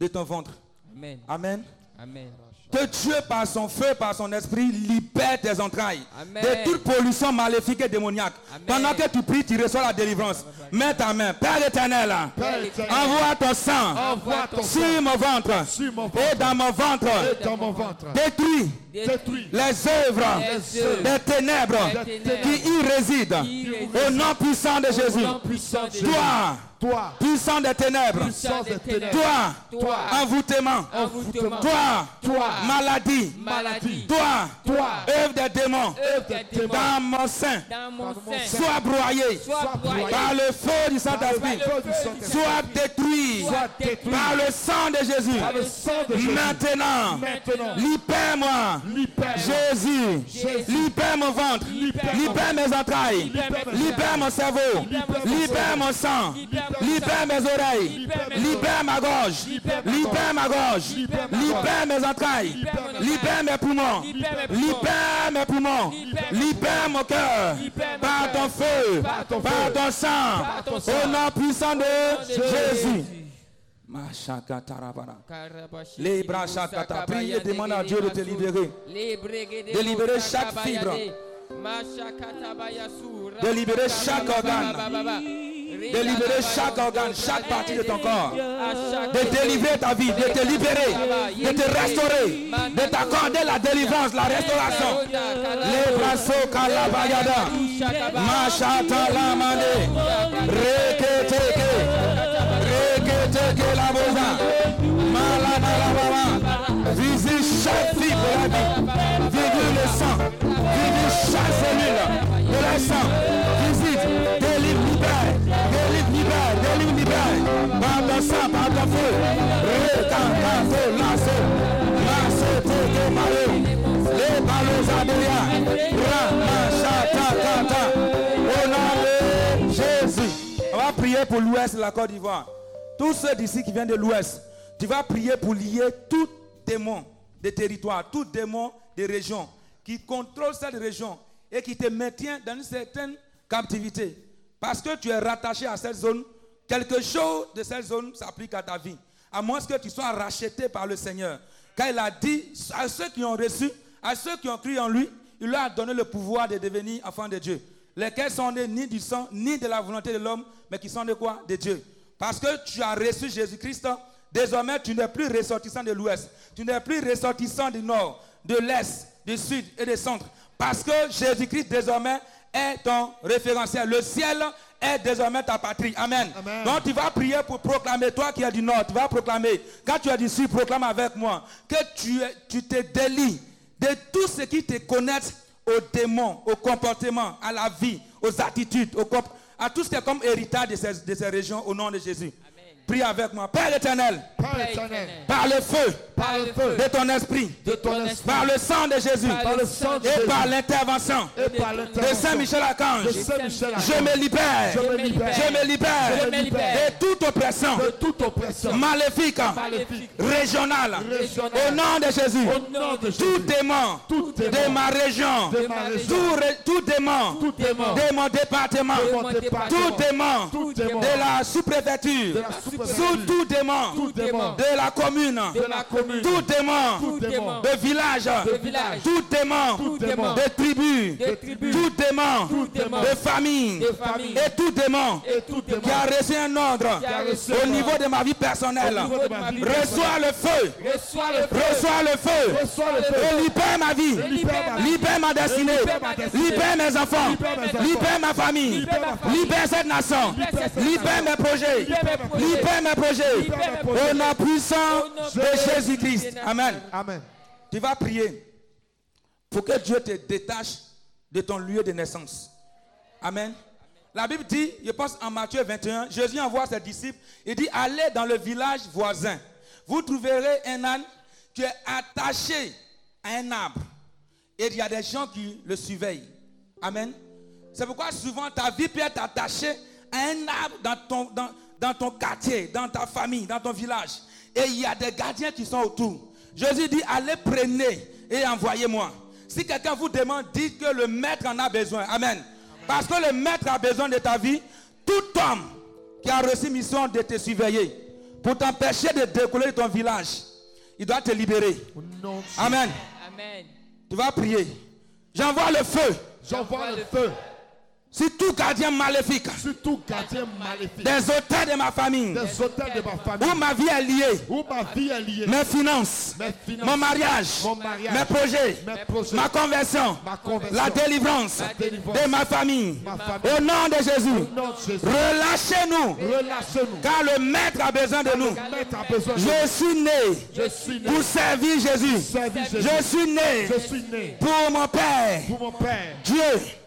de ton ventre.
Amen.
Amen.
Amen.
Que Dieu, par son feu, par son esprit, libère tes entrailles
Amen.
de toute pollution maléfique et démoniaque.
Amen.
Pendant que tu pries, tu reçois la délivrance. Mets ta main, Père éternel,
Père éternel,
envoie ton sang
envoie ton sang
sur mon ventre
sur mon
et
ventre
dans mon ventre.
et dans mon ventre.
Détruis
Détruis
les œuvres
Les œuvres
des ténèbres
des
qui
ténèbres
y résident.
qui
Au
résistent
nom puissant de Jésus,
au puissant de Dieu.
toi,
toi,
puissant des ténèbres,
puissance des ténèbres.
toi,
Toi.
envoûtement,
Envoûtement.
toi,
Toi.
maladie,
Maladie.
toi,
Toi.
œuvre des démons,
Œuvre des démons.
dans mon sein,
Dans mon
mon
sein.
sois broyé
Sois broyé.
par le feu du Saint-Esprit,
Par le feu du Saint-Esprit.
sois détruit
Sois détruit.
par le sang de Jésus.
Par le sang de Jésus.
Maintenant,
Maintenant.
libère-moi.
Libère.
Jésus,
Jésus.
libère mon ventre,
Libère mon
libère mes entrailles,
Libère mes entrailles.
libère mon cerveau,
Libère mon cerveau.
libère mon sang,
Libère mon
libère
sang.
mes oreilles,
Libère mes
libère ma gorge,
Libère ma
libère ma gorge,
Libère ma
libère mes entrailles,
Libère mon entraille.
libère mes poumons,
Libère mes poumons.
libère mes poumons,
Libère mes
libère mon cœur,
Libère mon
par ton
cœur.
feu,
Par ton
par
feu.
ton
Par ton
sang, au
sang.
nom puissant de
Jésus.
Jésus. Machakatarabara. Les bras chakata. Prie et demande à Dieu de te libérer.
De
libérer chaque fibre. De libérer chaque organe.
De
De libérer chaque organe, chaque partie de ton corps.
De
De délivrer ta vie, de te libérer, de te restaurer, de t'accorder la délivrance, la restauration. Les bras kalabayada. Machata la Reketeke la boza. Malada la baba. Visite chaque fibre de la vie. Visite le sang. Visite chaque cellule de la sang. Visite. Délivre, libère. Délivre, libère. Délivre, libère. Par ton sang, par ton feu. Retantazo, lasso. Lasso, teke, malo. Les ballons à derrière. Ramachata, tata. Au nom de Jésus. On va prier pour l'Ouest, la Côte d'Ivoire. Tous ceux d'ici qui viennent de l'Ouest, tu vas prier pour lier tout démon de territoire, tout démon de région qui contrôle cette région et qui te maintient dans une certaine captivité. Parce que tu es rattaché à cette zone, quelque chose de cette zone s'applique à ta vie. À moins que tu sois racheté par le Seigneur. Car il a dit à ceux qui ont reçu, à ceux qui ont cru en lui, il leur a donné le pouvoir de devenir enfants de Dieu. Lesquels sont nés ni du sang, ni de la volonté de l'homme, mais qui sont de quoi De Dieu. Parce que tu as reçu Jésus-Christ, désormais tu n'es plus ressortissant de l'ouest, tu n'es plus ressortissant du nord, de l'est, du sud et du centre. Parce que Jésus-Christ désormais est ton référentiel. Le ciel est désormais ta patrie. Amen.
Amen.
Donc tu vas prier pour proclamer, toi qui es du nord, tu vas proclamer. Quand tu es du sud, proclame avec moi que tu, es- tu te délies de tout ce qui te connecte aux démons, au comportement, à la vie, aux attitudes, au comp- à tout ce qui est comme héritage de ces, de ces régions au nom de Jésus. Prie avec moi. Père éternel,
Père éternel,
par le feu
par le feu
de ton esprit,
de ton esprit,
par le sang de Jésus
par le sang de
et
Jésus
par l'intervention
et par
de
l'intervention
Saint-Michel-Archange,
de Saint-Michel,
je me libère,
je me libère
je me
je me
libère
libère
de toute oppression
de toute oppression
maléfique,
maléfique
régionale,
Régionale.
au nom de Jésus.
au nom de Jésus,
Tout démon
Tout
de
démon
ma région,
de ma
tout,
région,
ré- tout démon
tout démon,
de mon département,
de mon département,
tout démon
tout démon
de la sous-préfecture, sous tout démon
tout démon
de la commune,
de la commune,
tout démon
tout démon
de village,
village,
tout démon
tout démon
de tribu,
de tribus,
tout démon
tout démon
de famille
de famille
et tout démon
et tout démon
qui a reçu un ordre
a
à recevoir.
au niveau de ma vie personnelle.
Au niveau de ma vie
Reçois le feu.
Reçois le feu.
Reçois le feu.
Reçois le feu.
Et libère ma vie.
Libère ma vie.
Libère ma destinée.
Libère ma destinée.
Libère mes enfants.
Libère mes enfants.
Libère ma famille.
Libère ma famille.
Libère cette nation.
Libère cette
Libère mes projets.
Libère mes projets.
Libère mes projets.
Libère mes projets.
Au nom puissant
Au nom
de
puissant
Jésus-Christ.
de
Amen.
Amen.
Tu vas prier pour que Dieu te détache de ton lieu de naissance. Amen. La Bible dit, je pense en Matthieu 21, Jésus envoie ses disciples, il dit, allez dans le village voisin, vous trouverez un âne qui est attaché à un arbre. Et il y a des gens qui le surveillent. Amen. C'est pourquoi souvent ta vie peut être attachée à un arbre dans ton, dans, dans ton quartier, dans ta famille, dans ton village. Et il y a des gardiens qui sont autour. Jésus dit, allez prenez et envoyez-moi. Si quelqu'un vous demande, dites que le maître en a besoin. Amen. Parce que le maître a besoin de ta vie. Tout homme qui a reçu mission de te surveiller pour t'empêcher de décoller de ton village, il doit te libérer.
Au nom de Jésus.
Amen.
Amen.
Tu vas prier. J'envoie le feu
J'envoie le feu
sur tout gardien maléfique,
sur tout gardien maléfique
des hôtels de ma famille,
des hôtels de ma
où
famille
ma vie est liée,
où ma vie est liée.
mes finances,
Mes finances,
mon mariage,
mon mariage,
mes projets,
mes projets,
ma conversion,
ma conversion,
la délivrance
la délivrance
de ma famille.
ma famille.
Au nom de Jésus,
Au nom de Jésus.
relâchez-nous,
Relâchez-nous.
car le maître a besoin de nous.
Maître a besoin de
Je suis né
Je suis né.
pour servir Jésus.
Servir Jésus.
Je suis né
Je suis né
pour mon Père,
pour mon Père,
Dieu,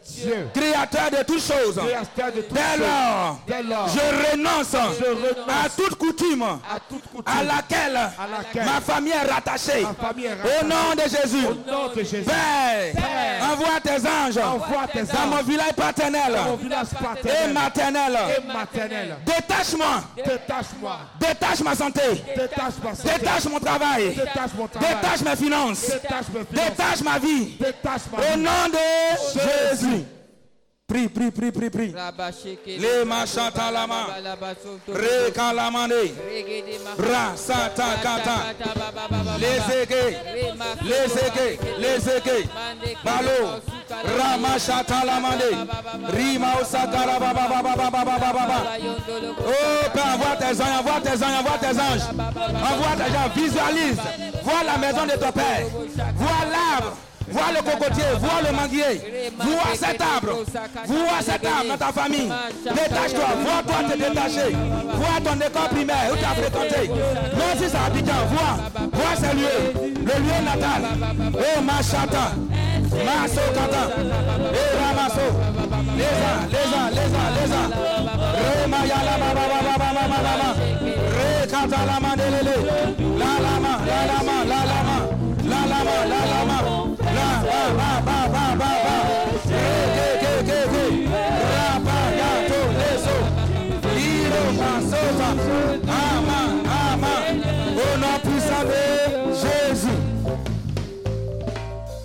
Dieu,
créateur de toutes choses.
créateur de toutes
Dès
choses.
lors,
Dès lors,
je renonce
je renonce
à toute coutume
à toute coutume,
à laquelle
à laquelle
ma famille est rattachée.
ma famille est
Au nom de Jésus,
Au nom de Jésus.
Père,
Père,
envoie tes anges
Envoie tes
Ah dans mon
âmes
village paternel
dans mon village paternel
et maternel.
et maternel.
Détache-moi,
Détache-moi.
détache ma santé,
Détache ma santé.
détache mon travail,
Détache mon travail.
détache mes finances,
Détache mes finances.
détache ma vie.
Détache ma
Au
vie.
nom de Jésus, prie, prie, prie, prie, prie. Les machins à la main. Récalamandé, Ra, sa, ta, ka, ta. les aiguilles. Les aiguilles, les aiguilles. Balo, Ramachatalamande, Rima Osakara, ba, ba, ba, ba, ba, ba, ba, ba, ba, ba. Oh Père, envoie tes anges, envoie tes anges, envoie tes anges. Envoie tes gens, visualise. Vois la maison de ton Père. Vois l'arbre. Vois le cocotier, vois le manguier, vois cet arbre, vois cet arbre dans ta famille. Détache-toi, vois-toi te détacher, vois ton école primaire où tu as fréquenté. Même si c'est habitant, vois, vois ce lieu, le lieu natal. Oh ma chata, ma socata, et ramasso, les uns, les uns, les uns, les uns. Remaya la ba ba ba ba ba ba ba ba ba. Rekata la mandelele, la lama, la lama, la lama, la lama, la lama, la ba ba ba ba ba ba. Ke ke ke ke ke, rapa gato leso, iro masota, ama ama. Au nom puissant de Jésus,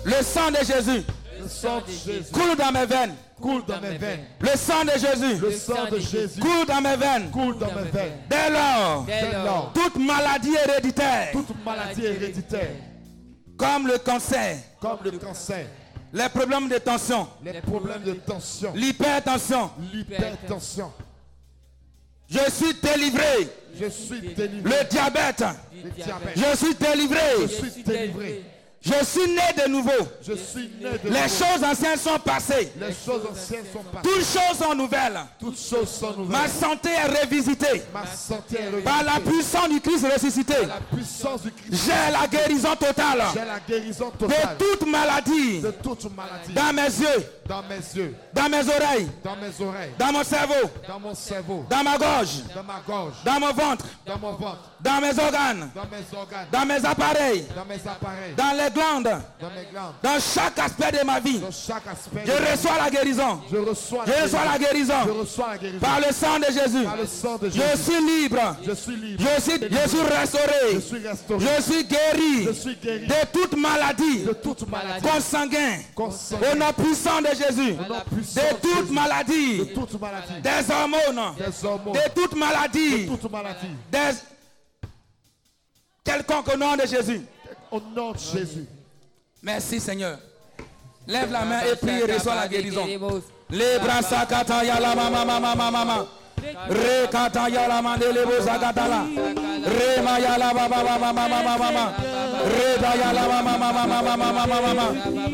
le sang de Jésus
Le sang de Jésus
coule dans mes veines.
coule dans mes veines.
Le sang de Jésus
Le sang de Jésus
coule dans mes veines.
coule dans mes veines.
Dès lors,
Dès lors,
toute maladie héréditaire,
toute maladie héréditaire,
comme le cancer,
comme le cancer,
les problèmes de tension,
les problèmes de tension,
l'hypertension,
l'hypertension,
je suis délivré.
je suis délivré.
Le diabète,
Le diabète,
je suis délivré.
je suis délivré.
Je suis né de nouveau.
Je suis né de
Les
nouveau.
choses anciennes sont passées.
Les choses anciennes sont passées.
Toutes choses sont nouvelles.
Toutes choses sont nouvelles.
Ma santé est revisitée.
Ma santé est revisitée.
Par la puissance du Christ ressuscité,
La puissance du Christ.
j'ai la guérison totale
J'ai la guérison
de
totale
toute maladie
de toute maladie.
dans mes yeux,
Dans mes yeux,
dans mes oreilles,
dans mes oreilles,
dans mon cerveau,
dans mon cerveau,
dans ma gorge,
dans ma gorge,
dans mon ventre,
dans mon ventre,
dans mes organes,
dans mes organes,
dans mes appareils,
dans mes appareils,
dans les glandes,
dans mes glandes,
dans chaque aspect de ma vie.
dans chaque aspect.
Je reçois la guérison.
Je reçois
Je reçois la
Je
guérison
reçois la guérison.
par le sang de Jésus.
Par le sang de Jésus.
Je suis libre.
Je suis libre.
Je suis, je suis
Je
restauré.
suis restauré.
Je suis guéri
Je suis guéri
de toute maladie
de toute maladie.
consanguine.
Consanguine.
Au nom puissant de Jésus.
Au nom puissant
De toute
Jésus. De
maladie.
toute maladie.
Des hormones.
Des hormones.
De toute
De
maladie.
toute maladie.
Des... Quelconque au nom de Jésus.
Au nom de Jésus.
Merci Seigneur. Lève la main et prie et reçois la guérison. Les bras sakata ya la mama mama mama mama. Rekataya la mandele bo zakatala. Remaya la ba ba ba ba ba ba ba ba ba. Redaya la ma ma ma ma ma ma ma ma ma ma ma.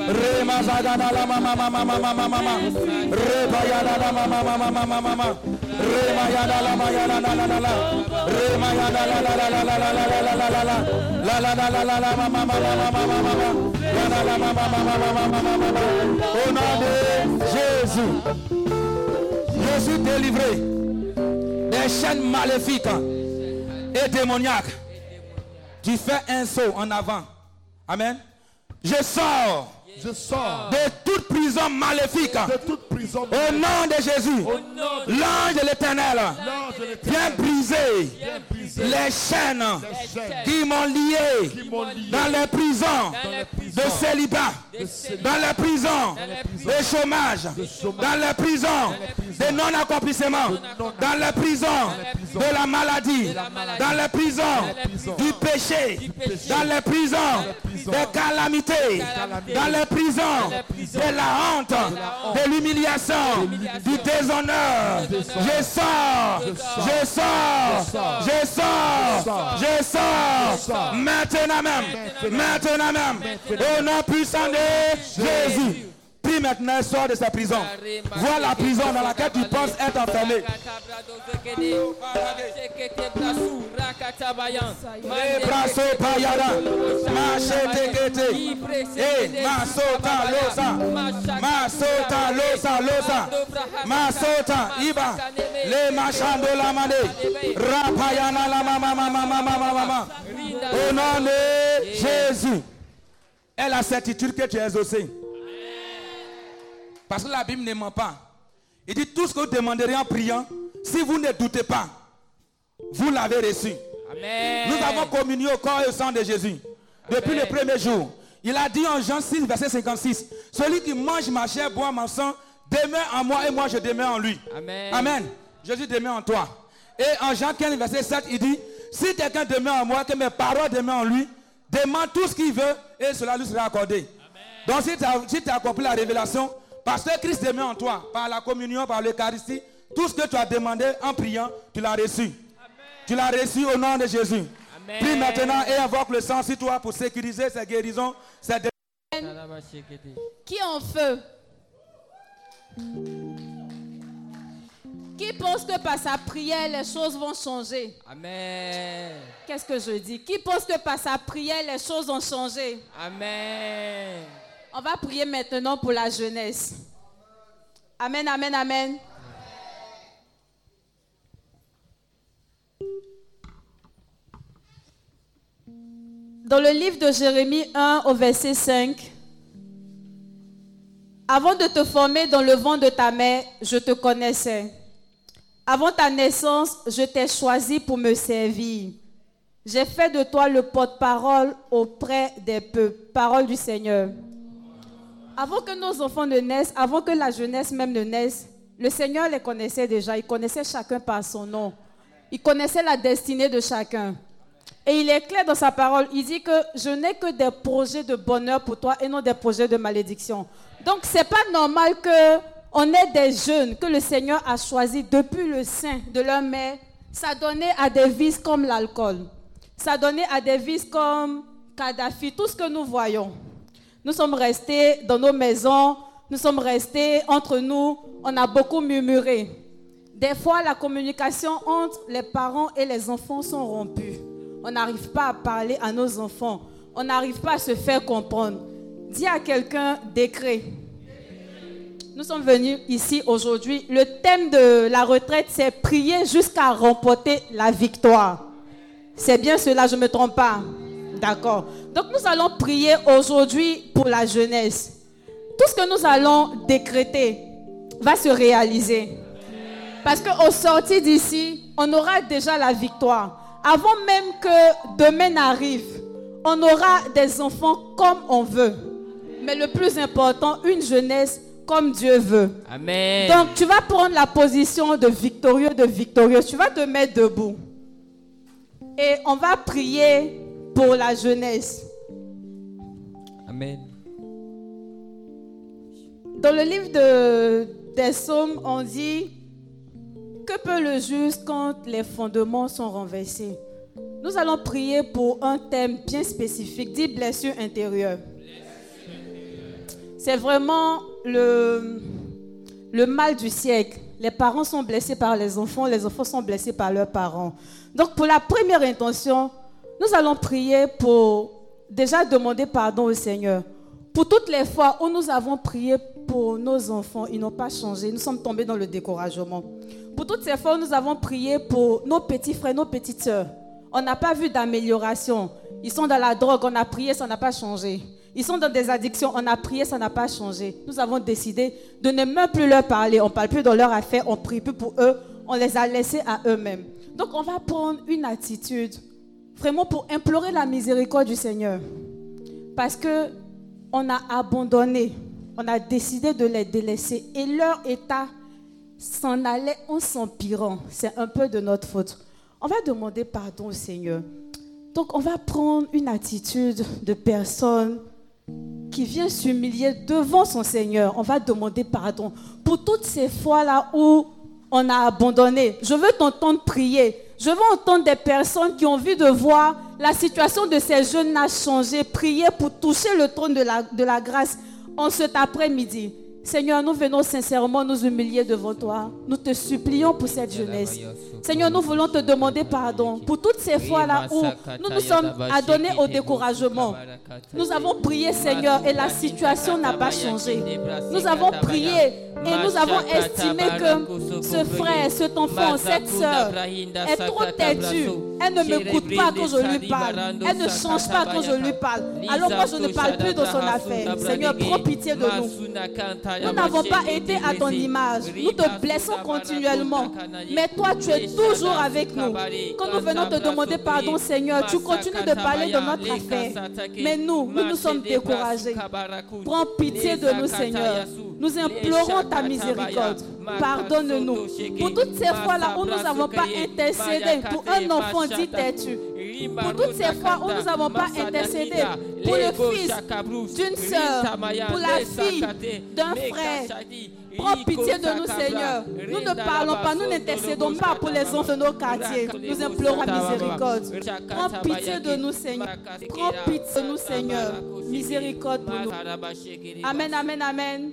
Rema zagada la ma ma ma ma ma ma ma ma ma. Rebaya la la ma ma ma ma ma ma ma ma. Remaya la la ma ya la la la la la. Remaya la la la la la la la la la la la la. La la la la la la ma ma ma ma ma ma ma ma ma. La la la ma ma ma ma ma ma ma ma Oh, ma. Au nom de Jésus. Je suis délivré des chaînes maléfiques et démoniaques. Tu fais un saut en avant. Amen. Je sors
Je sors
de toute prison maléfique.
de toute prison.
Au nom de Jésus,
nom de
l'ange de l'éternel
L'ange de l'éternel
vient briser
vient briser
les chaînes
les chaînes
qui m'ont lié
qui m'ont lié
dans les prisons de célibat, dans les prisons de chômage, dans les prisons de non-accomplissement, dans les prisons de la maladie, dans les prisons du péché, dans les prisons des calamités, dans les prisons de la honte, de l'humiliation, du déshonneur. Je sors, je sors, je sors, je sors, maintenant même, maintenant même, au nom puissant de Jésus. Prie maintenant, sors de sa prison. Vois la prison dans laquelle tu penses être enfermé. Oh, Brasso payada, machete kete, eh, masota losa, masota losa losa, masota iba, le machando la mande, rapayana la mama mama mama mama mama. Au nom de Jésus, elle a certitude que tu es exaucé. Parce que la Bible ne ment pas. Il dit tout ce que vous demanderez en priant, si vous ne doutez pas, vous l'avez reçu. Nous avons communié au corps et au sang de Jésus depuis le premier jour. Il a dit en Jean 6, verset 56, celui qui mange ma chair, boit ma sang, demeure en moi et moi je demeure en lui.
Amen.
Jésus demeure en toi. Et en Jean 15, verset 7, il dit, si quelqu'un demeure en moi, que mes paroles demeurent en lui, demande tout ce qu'il veut et cela lui sera accordé. Donc si tu as, si tu as compris la révélation, parce que Christ demeure en toi, par la communion, par l'Eucharistie, tout ce que tu as demandé en priant, tu l'as reçu. Tu l'as reçu au nom de Jésus. Prie maintenant et invoque le sang sur toi pour sécuriser ces guérisons, ces dé-
qui est en feu, qui pense que par sa prière les choses vont changer.
Amen.
Qu'est-ce que je dis Qui pense que par sa prière les choses ont changé
Amen.
On va prier maintenant pour la jeunesse. Amen, amen, amen. Dans le livre de Jérémie 1 au verset 5, Avant de te former dans le vent de ta mère, je te connaissais. Avant ta naissance, je t'ai choisi pour me servir. J'ai fait de toi le porte-parole auprès des peuples. Parole du Seigneur. Avant que nos enfants ne naissent, avant que la jeunesse même ne naisse, le Seigneur les connaissait déjà. Il connaissait chacun par son nom. Il connaissait la destinée de chacun. Et il est clair dans sa parole. Il dit que je n'ai que des projets de bonheur pour toi et non des projets de malédiction. Donc c'est pas normal que on ait des jeunes que le Seigneur a choisis depuis le sein de leur mère, s'adonner à des vices comme l'alcool, s'adonner à des vices comme Kadhafi, tout ce que nous voyons. Nous sommes restés dans nos maisons, nous sommes restés entre nous, on a beaucoup murmuré. Des fois, la communication entre les parents et les enfants sont rompues. On n'arrive pas à parler à nos enfants, on n'arrive pas à se faire comprendre. Dis à quelqu'un décret. Nous sommes venus ici aujourd'hui. Le thème de la retraite, c'est prier jusqu'à remporter la victoire. C'est bien cela, je ne me trompe pas. D'accord. Donc nous allons prier aujourd'hui pour la jeunesse. Tout ce que nous allons décréter va se réaliser. Parce qu'au sortir d'ici, on aura déjà la victoire. Avant même que demain n'arrive, on aura des enfants comme on veut. Mais le plus important, une jeunesse comme Dieu veut.
Amen.
Donc tu vas prendre la position de victorieux, de victorieux. Tu vas te mettre debout. Et on va prier pour la jeunesse.
Amen.
Dans le livre de, des psaumes, on dit Que peut le juste quand les fondements sont renversés Nous allons prier pour un thème bien spécifique, dit blessure intérieure. C'est vraiment le, le mal du siècle. Les parents sont blessés par les enfants, les enfants sont blessés par leurs parents. Donc pour la première intention, nous allons prier pour déjà demander pardon au Seigneur. Pour toutes les fois où nous avons prié pour nos enfants, ils n'ont pas changé, nous sommes tombés dans le découragement. Pour toutes ces fois où nous avons prié pour nos petits frères, nos petites sœurs, on n'a pas vu d'amélioration. Ils sont dans la drogue, on a prié, ça n'a pas changé. Ils sont dans des addictions, on a prié, ça n'a pas changé. Nous avons décidé de ne même plus leur parler. On ne parle plus dans leurs affaires, on ne prie plus pour eux, on les a laissés à eux-mêmes. Donc on va prendre une attitude vraiment pour implorer la miséricorde du Seigneur. Parce que on a abandonné, on a décidé de les délaisser et leur état s'en allait en s'empirant. C'est un peu de notre faute. On va demander pardon au Seigneur. Donc on va prendre une attitude de personne qui vient s'humilier devant son Seigneur. On va demander pardon pour toutes ces fois-là où on a abandonné. Je veux t'entendre prier. Je veux entendre des personnes qui ont envie de voir la situation de ces jeunes a changé. Prier pour toucher le trône de la, de la grâce en cet après-midi. Seigneur, nous venons sincèrement nous humilier devant toi. Nous te supplions pour cette jeunesse. Seigneur, nous voulons te demander pardon pour toutes ces fois-là où nous nous sommes adonnés au découragement. Nous avons prié, Seigneur, et la situation n'a pas changé. Nous avons prié et nous avons estimé que ce frère, cet enfant, cette sœur est trop têtue. Elle ne m'écoute pas quand je lui parle. Elle ne change pas quand je lui parle. Alors moi, je ne parle plus de son affaire. Seigneur, prends pitié de nous. Nous n'avons pas été à ton image. Nous te blessons continuellement. Mais toi, tu es toujours avec nous. Quand nous venons te demander pardon, Seigneur, tu continues de parler de notre affaire. Mais nous, nous nous sommes découragés. Prends pitié de nous, Seigneur. Nous implorons ta miséricorde. Pardonne-nous pour toutes ces fois-là où nous n'avons pas intercédé pour un enfant dit têtu. Pour toutes ces fois où nous n'avons pas intercédé pour le fils d'une sœur, pour la fille d'un frère. Prends pitié de nous, Seigneur. Nous ne parlons pas, nous n'intercédons pas pour les enfants de nos quartiers. Nous implorons la miséricorde. Prends pitié de nous, Seigneur. Prends pitié de nous, Seigneur. Miséricorde pour nous. Amen, amen, amen.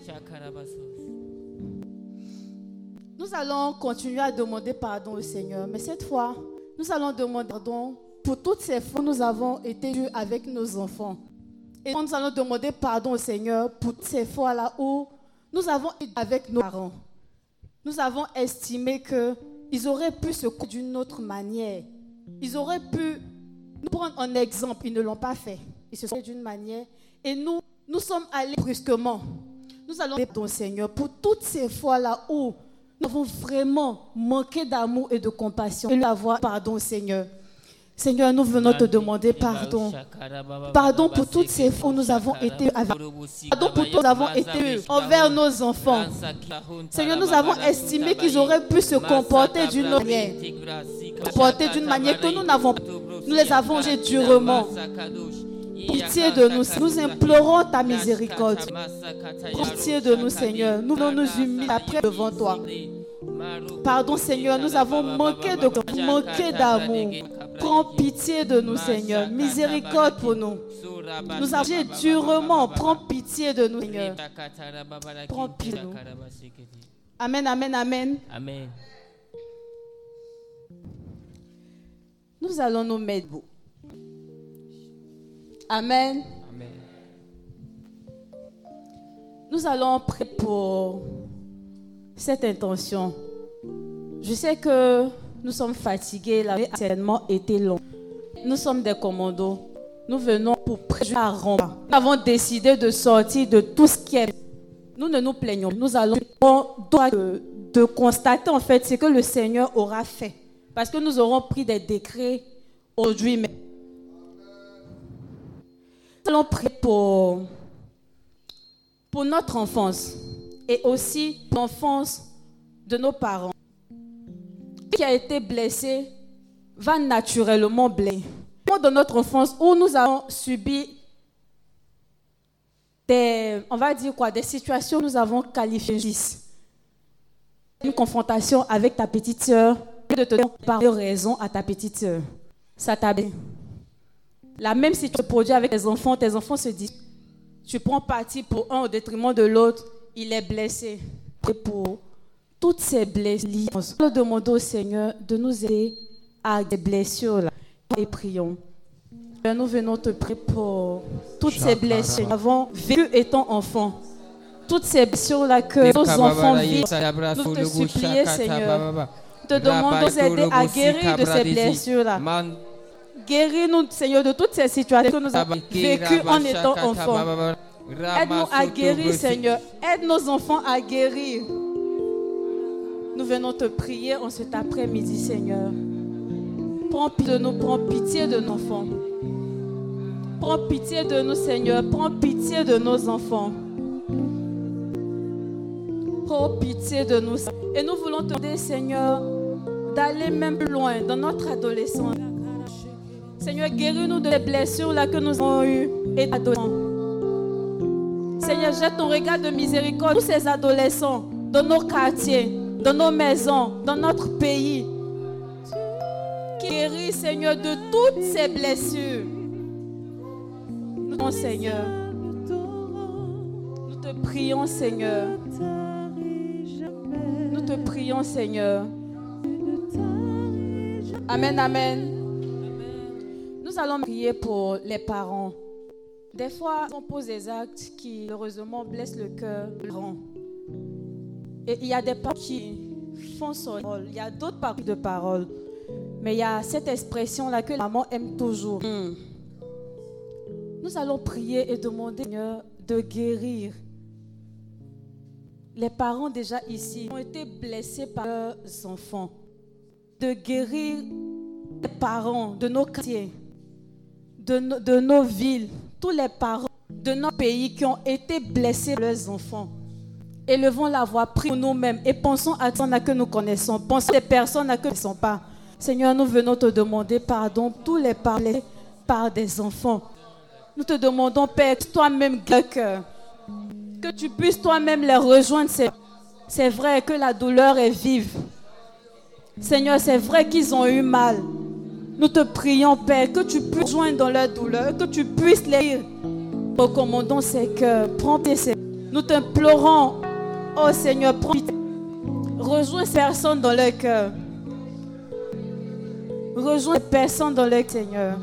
Nous allons continuer à demander pardon au Seigneur, mais cette fois, nous allons demander pardon pour toutes ces fois où nous avons été durs avec nos enfants. Et nous allons demander pardon au Seigneur pour toutes ces fois-là où nous avons été avec nos parents. Nous avons estimé qu'ils auraient pu se conduire d'une autre manière. Ils auraient pu nous prendre en exemple. Ils ne l'ont pas fait. Ils se sont conduits d'une manière. Et nous, nous sommes allés brusquement. Nous allons demander pardon au Seigneur pour toutes ces fois-là où nous avons vraiment manqué d'amour et de compassion. Et lui avoir pardon, Seigneur. Seigneur, nous venons te demander pardon. Pardon pour toutes ces fois où nous avons été avec. Pardon pour tous nous avons été envers nos enfants. Seigneur, nous avons estimé qu'ils auraient pu se comporter d'une autre manière. Comporter d'une manière que nous n'avons pas. Nous les avons jugés durement. Pitié de nous. Nous implorons ta miséricorde. Pitié de nous, Seigneur. Nous voulons nous humilier après devant toi. Pardon, Seigneur, nous avons manqué de manqué d'amour. Prends pitié de nous, Seigneur. Miséricorde pour nous. Nous avons jugé durement. Prends pitié de nous, Seigneur. Prends pitié de nous. Amen, amen, amen.
Amen.
Nous allons nous mettre debout. Amen.
Amen.
Nous allons prier pour cette intention. Je sais que nous sommes fatigués, la vie a certainement été longue. Nous sommes des commandos. Nous venons pour préjuger à Roma. Nous avons décidé de sortir de tout ce qui est. Nous ne nous plaignons. pas. Nous allons on doit de, de constater en fait ce que le Seigneur aura fait. Parce que nous aurons pris des décrets aujourd'hui même. Nous allons prier pour, pour notre enfance et aussi l'enfance de nos parents. Qui a été blessé va naturellement blesser. Dans notre enfance, où nous avons subi des, on va dire quoi, des situations que nous avons qualifiées. une confrontation avec ta petite sœur, au lieu de te donner par raison à ta petite sœur. Ça t'a bien. La même si tu te produis avec tes enfants, tes enfants se disent tu prends parti pour un au détriment de l'autre, il est blessé. Et pour toutes ces blessures, nous demandons au Seigneur de nous aider à des blessures là. et prions. Seigneur, Nous venons te prier pour toutes ces blessures que nous avons vécues étant enfants. Toutes ces blessures-là que nos enfants vivent. Nous te supplions, Seigneur. Nous Te demandons d'aider à guérir de ces blessures-là. Guéris-nous, Seigneur, de toutes ces situations que nous avons vécues en étant enfants. Aide-nous à guérir, Seigneur. Aide nos enfants à guérir. Nous venons te prier en cet après-midi, Seigneur. Prends pitié de nous, prends pitié de nos enfants. Prends pitié de nous, Seigneur. Prends pitié de nos enfants. Prends pitié de nous. Seigneur. Et nous voulons te demander, Seigneur, d'aller même plus loin dans notre adolescence. Seigneur, guéris-nous des blessures là que nous avons eues et adolescents. Seigneur, jette ton regard de miséricorde sur ces adolescents dans nos quartiers, dans nos maisons, dans notre pays. Guéris, Seigneur, de toutes ces blessures. Nous prions, Seigneur. Nous te prions, Seigneur. Nous te prions, Seigneur. Amen, amen. Nous allons prier pour les parents. Des fois, on pose des actes qui, heureusement, blessent le cœur des parents. Et il y a des parents qui font son rôle. Il y a d'autres parties de parole. Mais il y a cette expression-là que la maman aime toujours. Hmm. Nous allons prier et demander au Seigneur de guérir. Les parents déjà ici ont été blessés par leurs enfants. De guérir les parents de nos quartiers de, no- de nos villes, tous les parents de nos pays qui ont été blessés par leurs enfants. Élevons la voix, prions nous-mêmes et pensons à ceux que nous connaissons. Pensons à des personnes à que nous ne sont pas. Seigneur, nous venons te demander pardon tous les parents blessés par des enfants. Nous te demandons, Père, que toi-même guéris leur cœur. Que tu puisses toi-même les rejoindre. Seigneur. C'est vrai que la douleur est vive. Seigneur, c'est vrai qu'ils ont eu mal. Nous te prions, Père, que tu puisses joindre dans leur douleur, que tu puisses les guérir. Recommandons ces cœurs. Prends tes Seigneur. Nous t'implorons, oh Seigneur, prends pitié. Rejoins ces personnes dans leur cœur. Rejoins ces personnes dans leur Seigneur.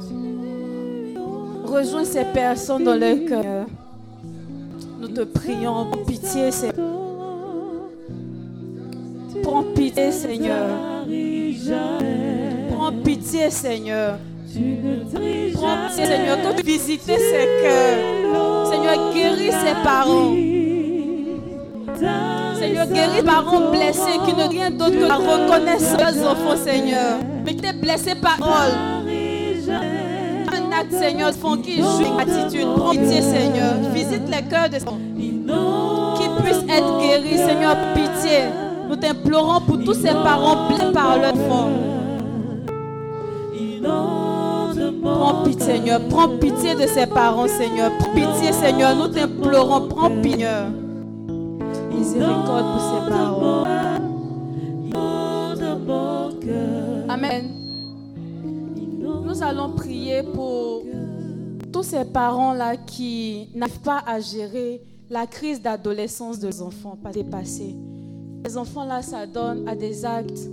Rejoins ces personnes dans leur cœur. Nous te prions, prends pitié, Seigneur. Prends pitié, Seigneur. Prends pitié, Seigneur. Prends pitié, Seigneur, que tu visites ces cœurs. Seigneur, guéris ces parents. Seigneur, guéris les parents blessés qui ne rien d'autre que la reconnaissance de leurs enfants, Seigneur. Mais qui étaient blessés par parole. Un acte, Seigneur, font qui jouit attitude. Prends pitié, Seigneur. Visite les cœurs de ces enfants qui puissent être guéris, Seigneur, pitié. Nous t'implorons pour tous ces parents blessés par leur enfant. Prends pitié, Seigneur. Prends pitié de ces parents, Seigneur. Prends pitié, Seigneur. Nous t'implorons. Prends pitié. Seigneur. Miséricorde pour ces parents. Amen. Nous allons prier pour tous ces parents-là qui n'arrivent pas à gérer la crise d'adolescence de leurs enfants, pas dépassés. Les enfants-là, ça donne à des actes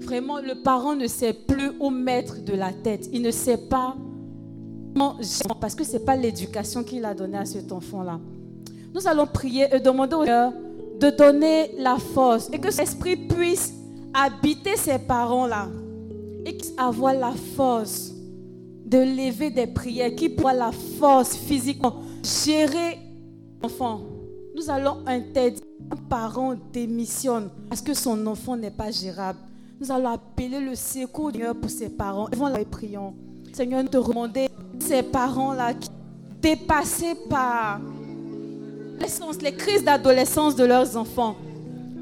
Vraiment, le parent ne sait plus où mettre de la tête. Il ne sait pas comment gérer, parce que ce n'est pas l'éducation qu'il a donnée à cet enfant-là. Nous allons prier et demander au Seigneur de donner la force et que cet esprit puisse habiter ces parents-là et qu'ils puissent avoir la force de lever des prières, qu'ils puissent avoir la force physiquement, gérer l'enfant. Nous allons interdire un parent démissionne parce que son enfant n'est pas gérable. Nous allons appeler le secours du Seigneur pour ses parents. Nous les prions. Seigneur, nous te demander ces parents-là qui dépassés par l'adolescence, les crises d'adolescence de leurs enfants.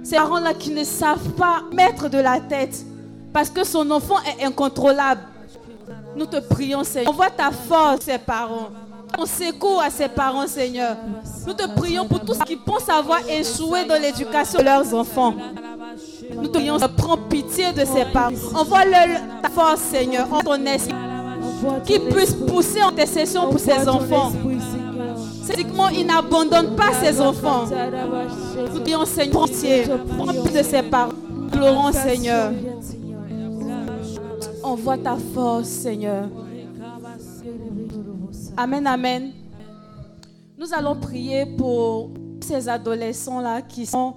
Ces parents-là qui ne savent pas mettre de la tête parce que son enfant est incontrôlable. Nous te prions, Seigneur. Envoie ta force, ces parents. On secoue à ses parents, Seigneur. Nous te prions pour tous ceux qui pensent avoir échoué dans l'éducation de leurs enfants. Nous te prions, prends pitié de ses parents. Envoie-leur ta force, Seigneur, en ton esprit, qui puisse pousser en intercession pour ses enfants. Physiquement, il n'abandonne pas ses enfants. Nous te prions, Seigneur, prends pitié, prends pitié de ses parents. Nous Pleurons, Seigneur. Envoie ta force, Seigneur. Amen, amen. Nous allons prier pour ces adolescents-là qui sont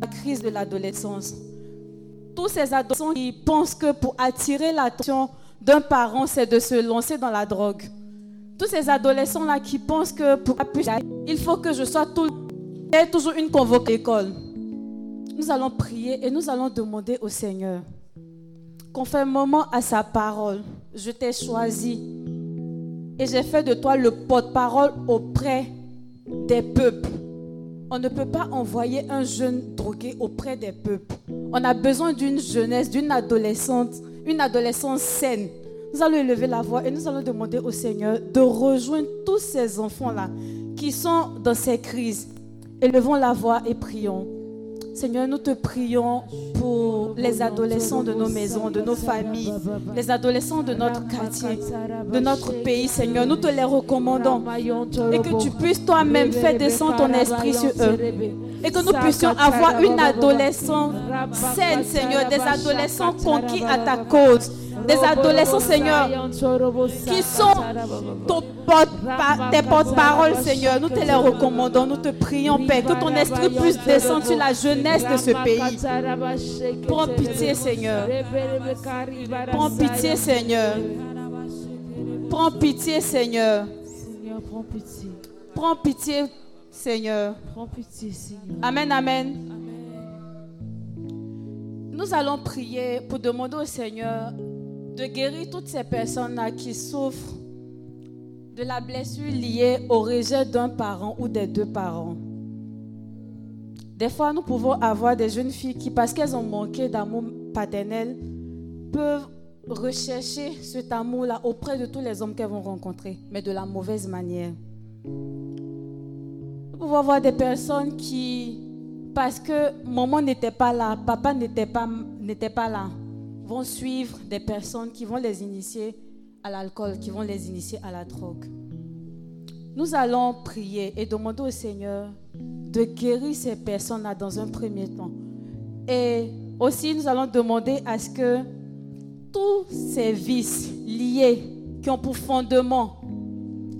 dans la crise de l'adolescence. Tous ces adolescents qui pensent que pour attirer l'attention d'un parent, c'est de se lancer dans la drogue. Tous ces adolescents-là qui pensent que pour appuyer, il faut que je sois tout, j'ai toujours une convoque à l'école. Nous allons prier et nous allons demander au Seigneur, conformément à sa parole, je t'ai choisi et j'ai fait de toi le porte-parole auprès des peuples. On ne peut pas envoyer un jeune drogué auprès des peuples. On a besoin d'une jeunesse, d'une adolescente, une adolescence saine. Nous allons élever la voix et nous allons demander au Seigneur de rejoindre tous ces enfants-là qui sont dans ces crises. Élevons la voix et prions. Seigneur, nous te prions pour les adolescents de nos maisons, de nos familles, les adolescents de notre quartier, de notre pays, Seigneur. Nous te les recommandons et que tu puisses toi-même faire descendre ton esprit sur eux. Et que nous puissions avoir une adolescence saine, Seigneur, des adolescents conquis à ta cause, des adolescents, Seigneur, qui sont ton porte tes porte-paroles, Seigneur. Nous te les recommandons, nous te prions, Père, que ton esprit puisse descendre sur la jeunesse de ce pays. Prends pitié, Seigneur. Prends pitié, Seigneur. Prends pitié, Seigneur.
Seigneur, prends pitié.
Prends pitié, Seigneur.
Prends pitié, Seigneur.
Amen, amen. Nous allons prier pour demander au Seigneur de guérir toutes ces personnes-là qui souffrent de la blessure liée au rejet d'un parent ou des deux parents. Des fois, nous pouvons avoir des jeunes filles qui, parce qu'elles ont manqué d'amour paternel, peuvent rechercher cet amour-là auprès de tous les hommes qu'elles vont rencontrer, mais de la mauvaise manière. Nous pouvons avoir des personnes qui, parce que maman n'était pas là, papa n'était pas, n'était pas là, vont suivre des personnes qui vont les initier à l'alcool, qui vont les initier à la drogue. Nous allons prier et demander au Seigneur de guérir ces personnes-là dans un premier temps. Et aussi, nous allons demander à ce que tous ces vices liés qui ont pour fondement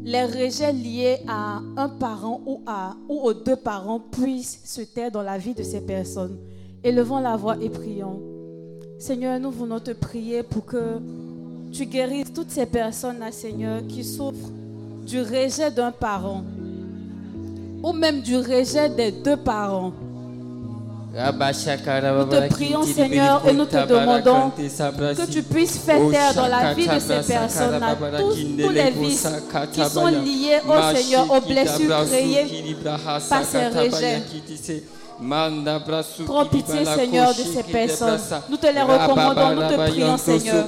les rejets liés à un parent ou, à, ou aux deux parents puissent se taire dans la vie de ces personnes. Élevons la voix et prions. Seigneur, nous voulons te prier pour que tu guérisses toutes ces personnes-là, Seigneur, qui souffrent du rejet d'un parent ou même du rejet des deux parents.
Nous
te prions, Seigneur, et nous te demandons que tu puisses faire taire dans la vie de ces personnes-là tous, tous les vices qui sont liés au Seigneur, aux blessures créées par ces rejets. Prends pitié, Seigneur, de ces personnes. Nous te les recommandons, nous te prions, Seigneur.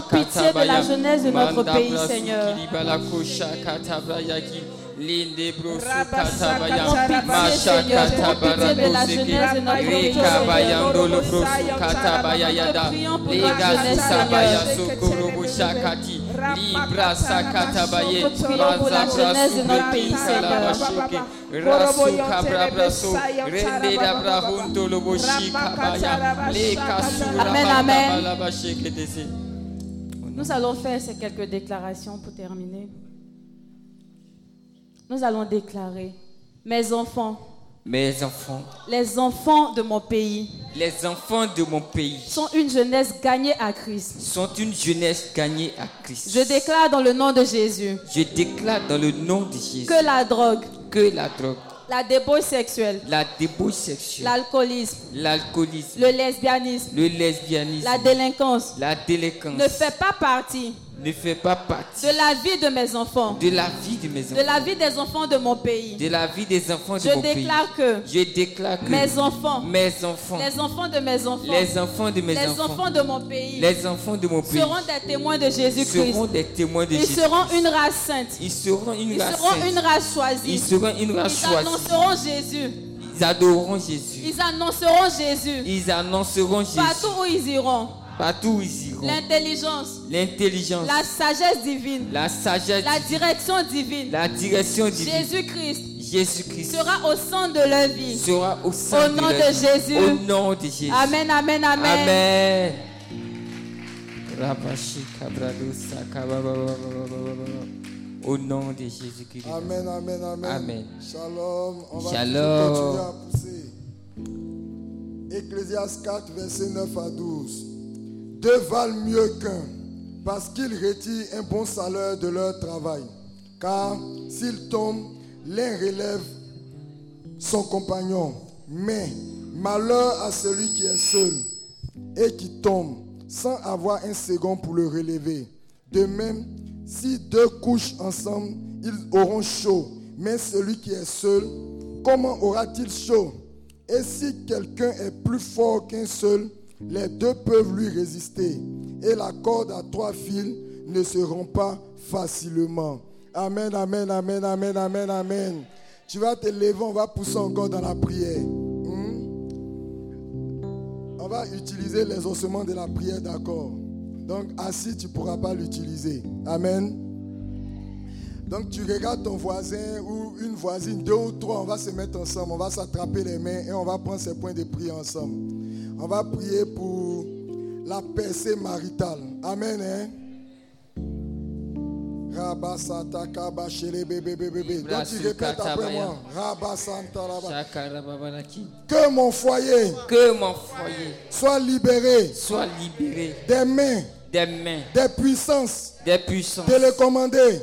Prends pitié de la jeunesse de notre pays, Seigneur. Amen, Nous allons faire ces quelques déclarations pour terminer. Nous allons déclarer Mes enfants,
Mes enfants,
les enfants de mon pays
les enfants de mon pays
sont une jeunesse gagnée à Christ.
sont une jeunesse gagnée à Christ.
Je déclare dans le nom de Jésus
Je déclare dans le nom de Jésus
que la drogue,
que la drogue,
la débauche sexuelle,
la débauche sexuelle,
l'alcoolisme,
l'alcoolisme,
le lesbianisme,
le lesbianisme,
la délinquance
la délinquance
ne fait pas partie
ne fait pas partie
de la vie de mes enfants,
de la vie de mes
de
enfants,
la vie des enfants de mon pays.
de la vie des enfants de
Je
mon pays.
déclare que
Je déclare que
mes enfants,
mes enfants,
les enfants de mes enfants,
les enfants de mes
les
enfants,
enfants de mon pays
les enfants de mon pays
seront des témoins de Jésus-Christ.
seront des témoins de
Ils
Jésus.
seront une race sainte.
Ils seront une
Ils
race
seront
sainte.
une race choisie.
Ils seront une race
Ils
choisie.
annonceront Jésus.
Ils adoreront Jésus.
Ils annonceront Jésus.
Ils annonceront Jésus
Partout où ils iront,
partout où ils iront.
l'intelligence,
L'intelligence,
la sagesse divine,
la sagesse,
la direction divine,
la direction divine.
Jésus-Christ
Jésus-Christ
sera au centre de leur vie.
sera au sein
Au nom
leur
de
vie.
Jésus.
Au nom de Jésus.
Amen, amen, amen.
Amen. Rabashi kabrado sakabababababababa. Au nom de Jésus-Christ. de
Amen,
Nazareth.
amen, amen.
Amen.
Shalom. On va
Shalom.
continuer à pousser. Ecclésias 4, verset 9 à 12. Deux valent mieux qu'un, parce qu'ils retirent un bon salaire de leur travail. Car s'ils tombent, l'un relève son compagnon. Mais malheur à celui qui est seul et qui tombe sans avoir un second pour le relever. De même, si deux couchent ensemble, ils auront chaud. Mais celui qui est seul, comment aura-t-il chaud Et si quelqu'un est plus fort qu'un seul, les deux peuvent lui résister. Et la corde à trois fils ne se rompt pas facilement. Amen, amen, amen, amen, amen, amen. Tu vas te lever, on va pousser encore dans la prière. Hmm? On va utiliser les ossements de la prière, d'accord. Donc assis, tu ne pourras pas l'utiliser. Amen. Donc tu regardes ton voisin ou une voisine, deux ou trois, on va se mettre ensemble, on va s'attraper les mains et on va prendre ces points de prière ensemble. On va prier pour la percée maritale. Amen. Hein? Rabasata kabashere bébé bébé bébé. Donc tu répètes après moi. Rabasanta rabba.
Shakarababanaki.
Que mon foyer
Que mon foyer
soit libéré
soit libéré
des mains,
des mains,
des puissances
des puissances
télécommandées,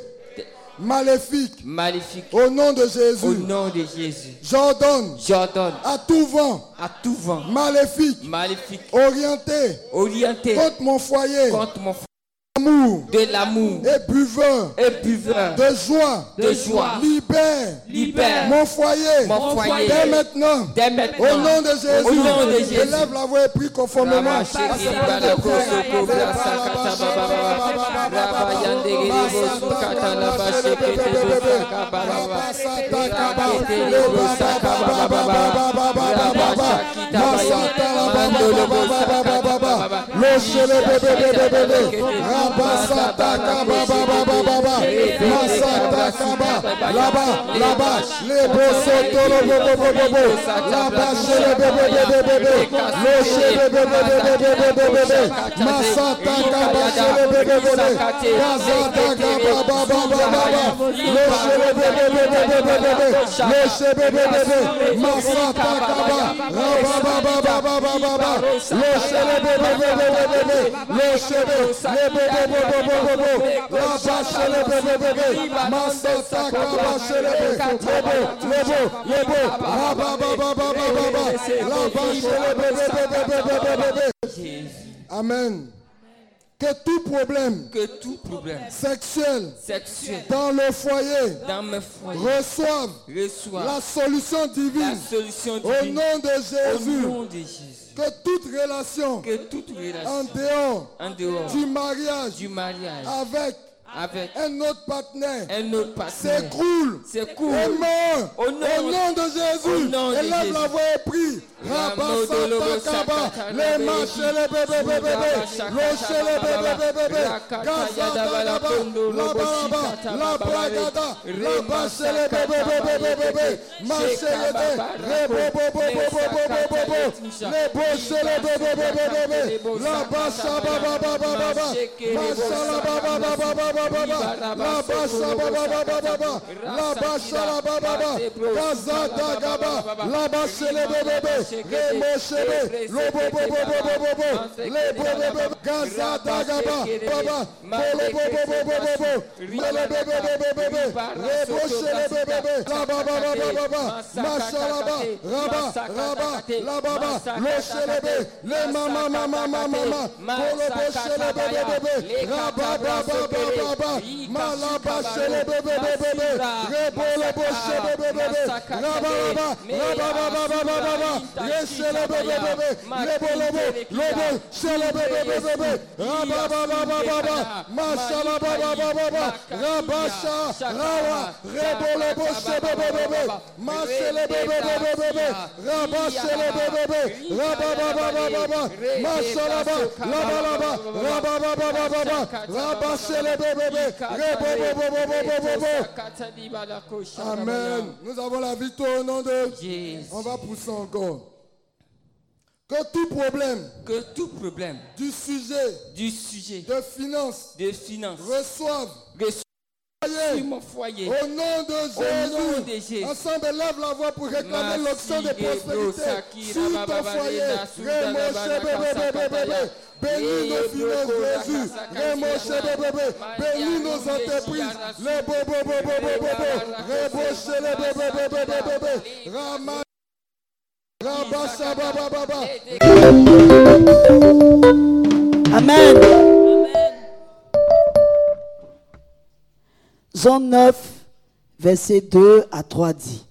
maléfiques,
maléfiques.
au nom de
Au
Jésus.
nom de Jésus.
J'ordonne
J'ordonne
à tout vent
à tout vent
maléfique,
maléfique
orienté
orienté
contre mon foyer,
contre mon foyer
amour
de l'amour
et buveur
et buveur
de joie,
de joie.
libère
Libère
mon foyer
mon foyer
dès maintenant.
dès maintenant.
Au nom de Jésus,
Au nom de Jésus.
élève la voix et prie conformément à ce que
Rabashiki, Rabakosoko, Brasakatababa, Rabayandere, Rebosukatalabashiki, Rebosukabalaba, Rabaketere, Rebosukabalaba, Rabashakitabayaba, Mandolobosakatababa,
Amen. Que tout problème
Que tout problème
sexuel
sexuel
dans le foyer
dans mes foyers
reçoive la
reçoit
solution divine
la solution
au
divine
nom de
au
Jésus.
nom de Jésus.
Que toute relation
Que toute
en
relation
dehors
en dehors
du mariage
du mariage
avec
avec
un autre partenaire
un autre partenaire
s'écroule
secoue
Amen.
Au nom-
Au nom de
Au
Jésus.
nom de
Élève
Jésus.
la voix et prie. Rabasata kaba. Les marches les bébés bébés. Rocher les bébés bébés. Gazata kaba. La baraba. La bragada. La basse les bébés bébés bébés. Marche les bébés. Les boches les bébés bébés bébés. La basse baba baba baba. Marche la baba baba baba.
baba, la basha baba baba baba, la basha la baba baba, gaza da gaba, la basha le bebe bebe, le moshe be, lo bo bo bo bo bo bo bo, le bo bo bo bo, gaza da gaba, baba, le bo bo bo bo bo bo, le bebe bebe bebe, le moshe le bebe bebe, la baba baba baba, masha la ba, raba raba, la baba, lo chelebe, le mama mama mama mama, le bo chelebe bebe bebe, raba baba baba baba, malaba chelebe bebe bebe, le bo le bo chelebe bebe, raba raba, raba baba baba baba, le chelebe bebe bebe, le bo le bo, le bo chelebe bebe bebe, raba baba baba baba, masha la baba baba baba, raba sha, rawa, le bo le bo chelebe bebe, masha le bebe bebe bebe, raba chelebe bebe, raba baba baba baba, masha la ba, la ba la ba, raba baba baba baba, raba chelebe bebe, le bo bo bo bo bo bo bo bo. Amen. Nous avons la victoire au nom de
Jésus.
On va pousser encore. Que tout problème
Que tout problème
du sujet
du sujet
de finance
de finances
reçoive
reçu
Soyez
sur mon foyer.
au nom de
nom de
Jésus.
Jésus.
Ensemble, lève la voix pour réclamer
Merci,
l'option de
Gabriel,
prospérité
Sakira,
sur ton
Baba,
foyer.
Valena, Souda,
Rémoche,
Baba,
bébé, bébé,
Nakasakataya.
bébé. Bénis nos
Et Bloko, Nakasakataya.
finances, Jésus. Rémoche, bébé, bébé. Bénis nos
Maria,
entreprises.
Yara,
Les bobo, bobo, bobo, bobo.
Nakasakataya.
Rémoche, les bébé, bébé, bébé, bébé. Rama- Rabassa, baba, baba.
Amen. Jean 9, verset 2 à 3 dit.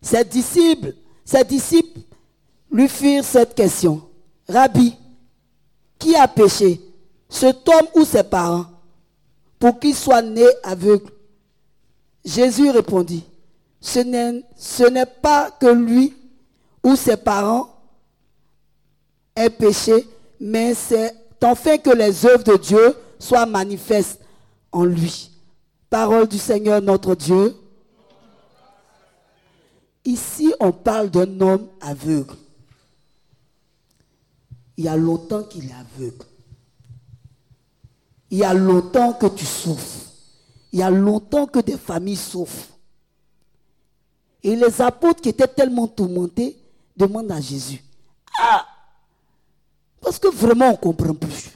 Ses disciples, ses disciples lui firent cette question. Rabbi, qui a péché, cet homme ou ses parents, pour qu'il soit né aveugle Jésus répondit, ce n'est ce n'est pas que lui ou ses parents est péché, mais c'est enfin que les œuvres de Dieu soient manifestes en lui. Parole du Seigneur notre Dieu. Ici, on parle d'un homme aveugle. Il y a longtemps qu'il est aveugle. Il y a longtemps que tu souffres. Il y a longtemps que des familles souffrent. Et les apôtres qui étaient tellement tourmentés demandent à Jésus, Ah, parce que vraiment, on ne comprend plus.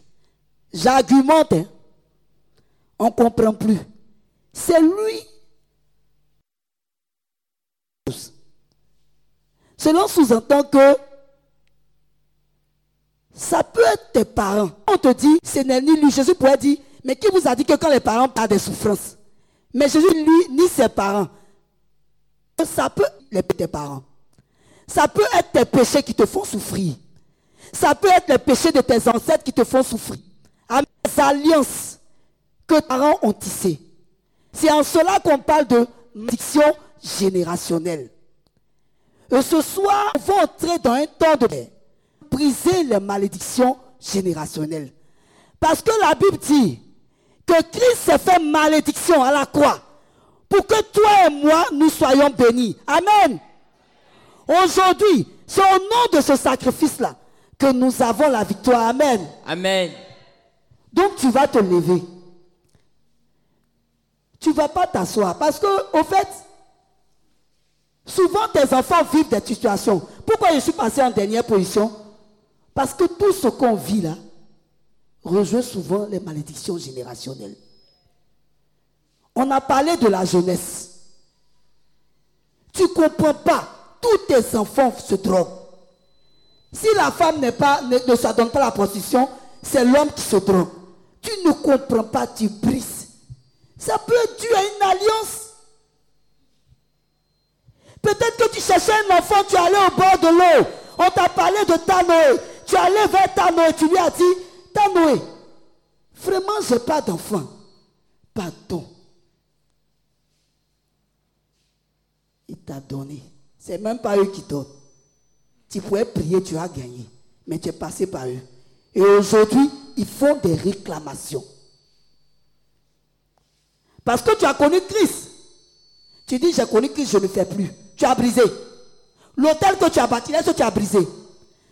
J'argumente. hein. On ne comprend plus. C'est lui. Cela sous-entend que ça peut être tes parents. On te dit, ce n'est ni lui. Jésus pourrait dire, mais qui vous a dit que quand les parents partent des souffrances Mais Jésus, lui, ni ses parents. Ça peut être tes parents. Ça peut être tes péchés qui te font souffrir. Ça peut être les péchés de tes ancêtres qui te font souffrir. Amen. Les alliances que tes parents ont tissées. C'est en cela qu'on parle de malédiction générationnelle. Et ce soir, on va entrer dans un temps de paix. Briser les malédictions générationnelles. Parce que la Bible dit que Christ s'est fait malédiction à la croix pour que toi et moi, nous soyons bénis. Amen. Aujourd'hui, c'est au nom de ce sacrifice-là que nous avons la victoire. Amen.
Amen.
Donc tu vas te lever. Tu ne vas pas t'asseoir. Parce que, au fait, souvent tes enfants vivent des situations. Pourquoi je suis passé en dernière position Parce que tout ce qu'on vit là rejoint souvent les malédictions générationnelles. On a parlé de la jeunesse. Tu ne comprends pas. Tous tes enfants se droguent. Si la femme n'est pas, ne, ne s'adonne pas à la prostitution, c'est l'homme qui se drogue. Tu ne comprends pas, tu brises. Ça peut être dû à une alliance. Peut-être que tu cherchais un enfant, tu allais au bord de l'eau. On t'a parlé de Tanoé. Tu allais vers Tanoé, tu lui as dit, Tanoé, vraiment, je n'ai pas d'enfant. Pardon. Il t'a donné. C'est même pas eux qui donnent. Tu pouvais prier, tu as gagné. Mais tu es passé par eux. Et aujourd'hui, ils font des réclamations. Parce que tu as connu Christ. Tu dis, j'ai connu Christ, je ne fais plus. Tu as brisé. L'hôtel que tu as bâti, est-ce que tu as brisé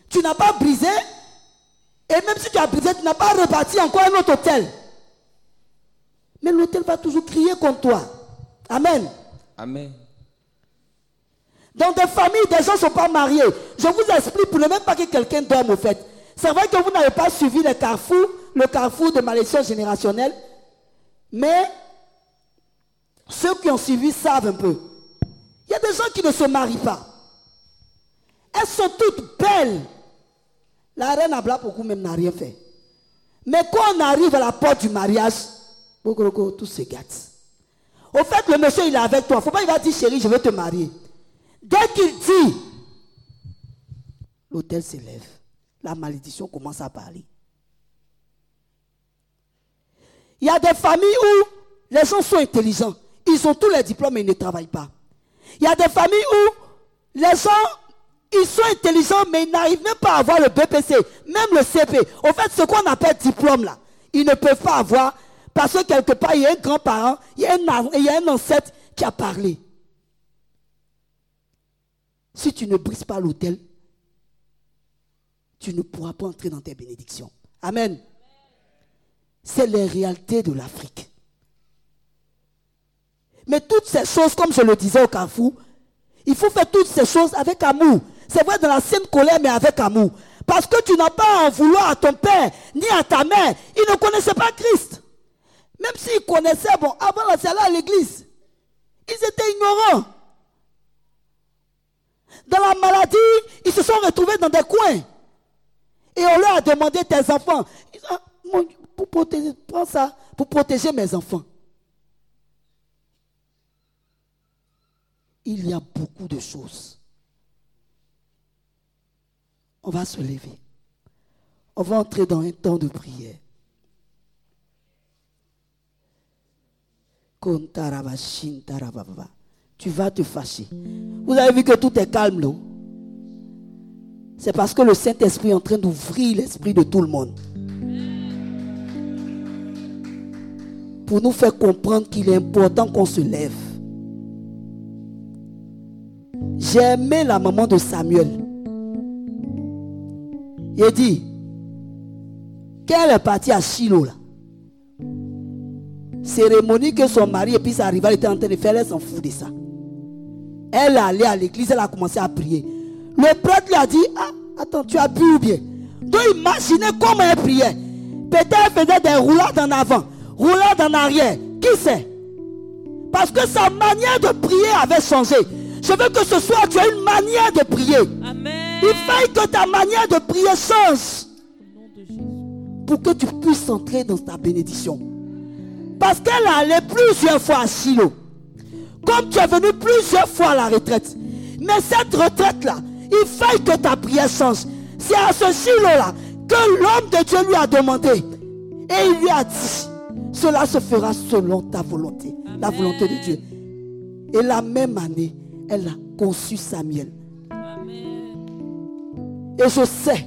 Tu n'as pas brisé. Et même si tu as brisé, tu n'as pas rebâti encore un autre hôtel. Mais l'autel va toujours crier contre toi. Amen.
Amen.
Dans des familles, des gens ne sont pas mariés. Je vous explique pour ne même pas que quelqu'un dorme au fait. C'est vrai que vous n'avez pas suivi le carrefour, le carrefour de malédiction générationnelle. Mais ceux qui ont suivi savent un peu. Il y a des gens qui ne se marient pas. Elles sont toutes belles. La reine Abla beaucoup même n'a rien fait. Mais quand on arrive à la porte du mariage, Bogoroko, tout se gâte. Au fait, le monsieur, il est avec toi. Faut pas, il va dire, chérie, je veux te marier. Dès qu'il dit, l'autel s'élève. La malédiction commence à parler. Il y a des familles où les gens sont intelligents. Ils ont tous les diplômes et ils ne travaillent pas. Il y a des familles où les gens, ils sont intelligents, mais ils n'arrivent même pas à avoir le BPC, même le CP. Au fait, ce qu'on appelle diplôme, là, ils ne peuvent pas avoir parce que quelque part, il y a un grand-parent, il y a un ar- il y a un ancêtre qui a parlé. Si tu ne brises pas l'autel, tu ne pourras pas entrer dans tes bénédictions. Amen. C'est les réalités de l'Afrique. Mais toutes ces choses, comme je le disais au Carrefour, il faut faire toutes ces choses avec amour. C'est vrai dans la saine colère, mais avec amour. Parce que tu n'as pas à en vouloir à ton père, ni à ta mère. Ils ne connaissaient pas Christ. Même s'ils connaissaient, bon, avant la salle à l'église, ils étaient ignorants. Dans la maladie, ils se sont retrouvés dans des coins. Et on leur a demandé tes enfants. Ils ont, Ah, mon Dieu, pour protéger, prends ça, pour protéger mes enfants. Il y a beaucoup de choses. On va se lever. On va entrer dans un temps de prière. Kontarabashin tarababa. Tu vas te fâcher. Vous avez vu que tout est calme, non C'est parce que le Saint-Esprit est en train d'ouvrir l'esprit de tout le monde. Pour nous faire comprendre qu'il est important qu'on se lève. J'ai aimé la maman de Samuel. Il dit, qu'elle est partie à Shiloh là, cérémonie que son mari et puis sa rivale étaient en train de faire, elle s'en fout de ça. Elle est allée à l'église, elle a commencé à prier. Le prêtre lui a dit, ah, attends, tu as bu ou bien Donc imaginez comment elle priait. Peut-être elle faisait des roulades en avant, roulades en arrière. Qui sait Parce que sa manière de prier avait changé. Je veux que ce soir, tu aies une manière de prier. Il faille que ta manière de prier change. Pour que tu puisses entrer dans ta bénédiction. Parce qu'elle est allée plusieurs fois à Silo. Comme tu es venu plusieurs fois à la retraite. Mais cette retraite-là, il faille que ta prière change. C'est à ce Silo-là que l'homme de Dieu lui a demandé. Et il lui a dit, cela se fera selon ta volonté. La volonté de Dieu. Et la même année, elle a conçu Samuel. Et je sais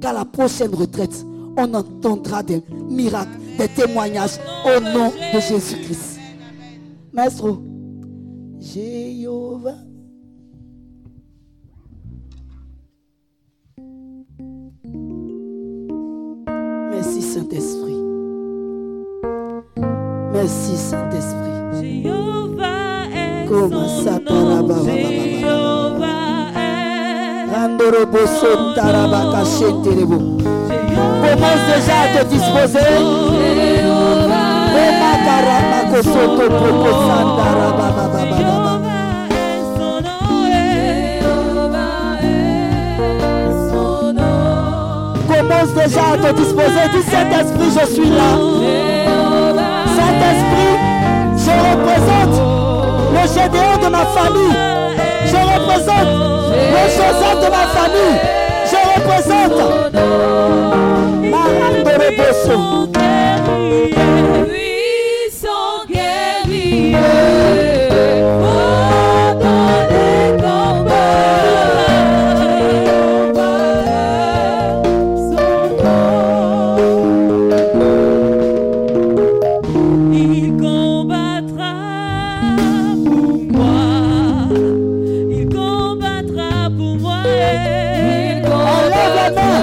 qu'à la prochaine retraite, on entendra des miracles, des témoignages au nom de Jésus-Christ. Maestro, Jéhovah. Merci Saint-Esprit. Merci Saint-Esprit.
Jéhovah est
Comme
son
ça,
nom.
tarababa,
Jéhovah est
Randorobo son tarabaka sheterebo. Commence déjà à te disposer. Rema karabako soto popo sandarabababababa.
son nom. Jéhovah est son nom.
Commence déjà à te disposer. Dis Saint-Esprit, je suis là.
Jéhovah
Saint-Esprit, je représente le Gédéon de ma famille. Je représente le Joseph de ma famille. Je représente Marandorobo son.
son guerrier. Puissant guerrier. Autant des combats. Jéhovah est son nom. Il combattra pour moi. Il combattra pour moi. Il
Enlève la main.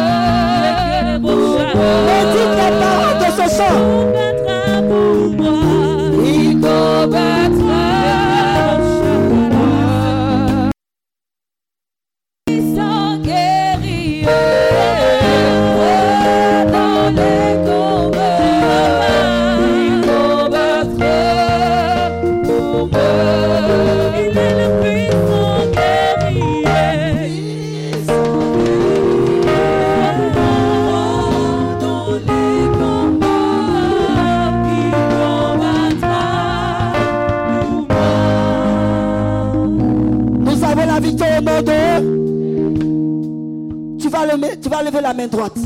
va lever la main droite,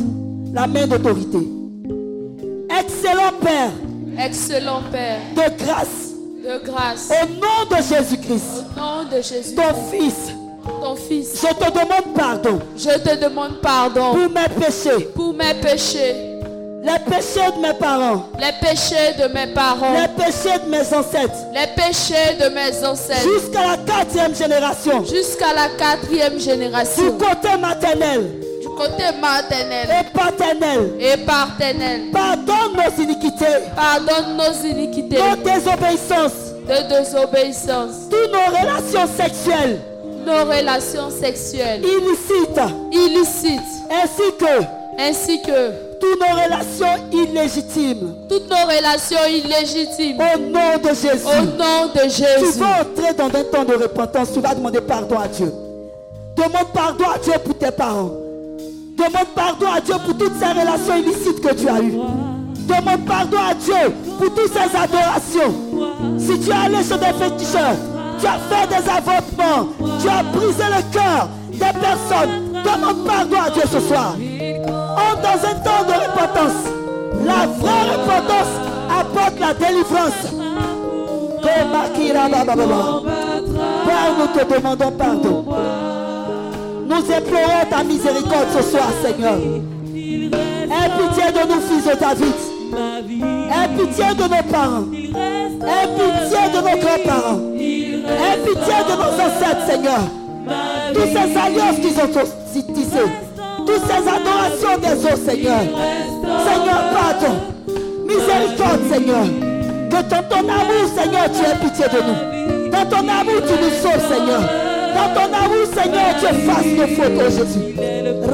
la main d'autorité. Excellent Père
Excellent Père
de grâce,
de grâce,
au nom de Jésus-Christ,
au nom de Jésus,
ton Fils,
ton Fils,
je te demande pardon
je te demande pardon
pour mes péchés,
pour mes péchés,
les péchés de mes parents,
les péchés de mes
les
parents,
péchés de mes ancêtres,
les péchés de mes ancêtres,
jusqu'à la quatrième génération,
jusqu'à la quatrième
du
génération,
côté maternel
du côté maternel
et paternel.
et paternel.
Pardonne nos iniquités,
Pardonne nos iniquités,
nos désobéissances,
de désobéissance,
toutes nos relations sexuelles
nos relations sexuelles
illicites,
illicites,
ainsi que
ainsi que
toutes nos relations illégitimes.
toutes nos relations illégitimes.
Au nom de
Au
Jésus,
nom de
tu
Jésus,
vas entrer dans un temps de repentance. Tu vas demander pardon à Dieu. Demande pardon à Dieu pour tes parents. Demande pardon à Dieu pour toutes ces relations illicites que tu as eues. Demande pardon à Dieu pour toutes ces adorations. Si tu es allé chez des féticheurs, tu as fait des avortements, tu as brisé le cœur des personnes, demande pardon à Dieu ce soir. entre dans un temps de repentance. La vraie repentance apporte la délivrance. Komakira babababa. Père, nous te demandons pardon. Nous implorons ta miséricorde ce soir, bah, Seigneur. Aie pitié de nous, fils de David. Aie pitié de nos parents. Aie pitié de nos grands-parents. Aie pitié de nos ancêtres, Seigneur. Toutes ces alliances qu'ils ont tous- tissées. Toutes ces adorations des eaux, Seigneur. Seigneur, pardon. Miséricorde, Seigneur. Que dans ton amour, Seigneur, tu aies pitié de nous. Dans ton amour, tu nous sauves, Seigneur. Dans ton amour, Seigneur, tu effaces nos fautes, ô Jésus.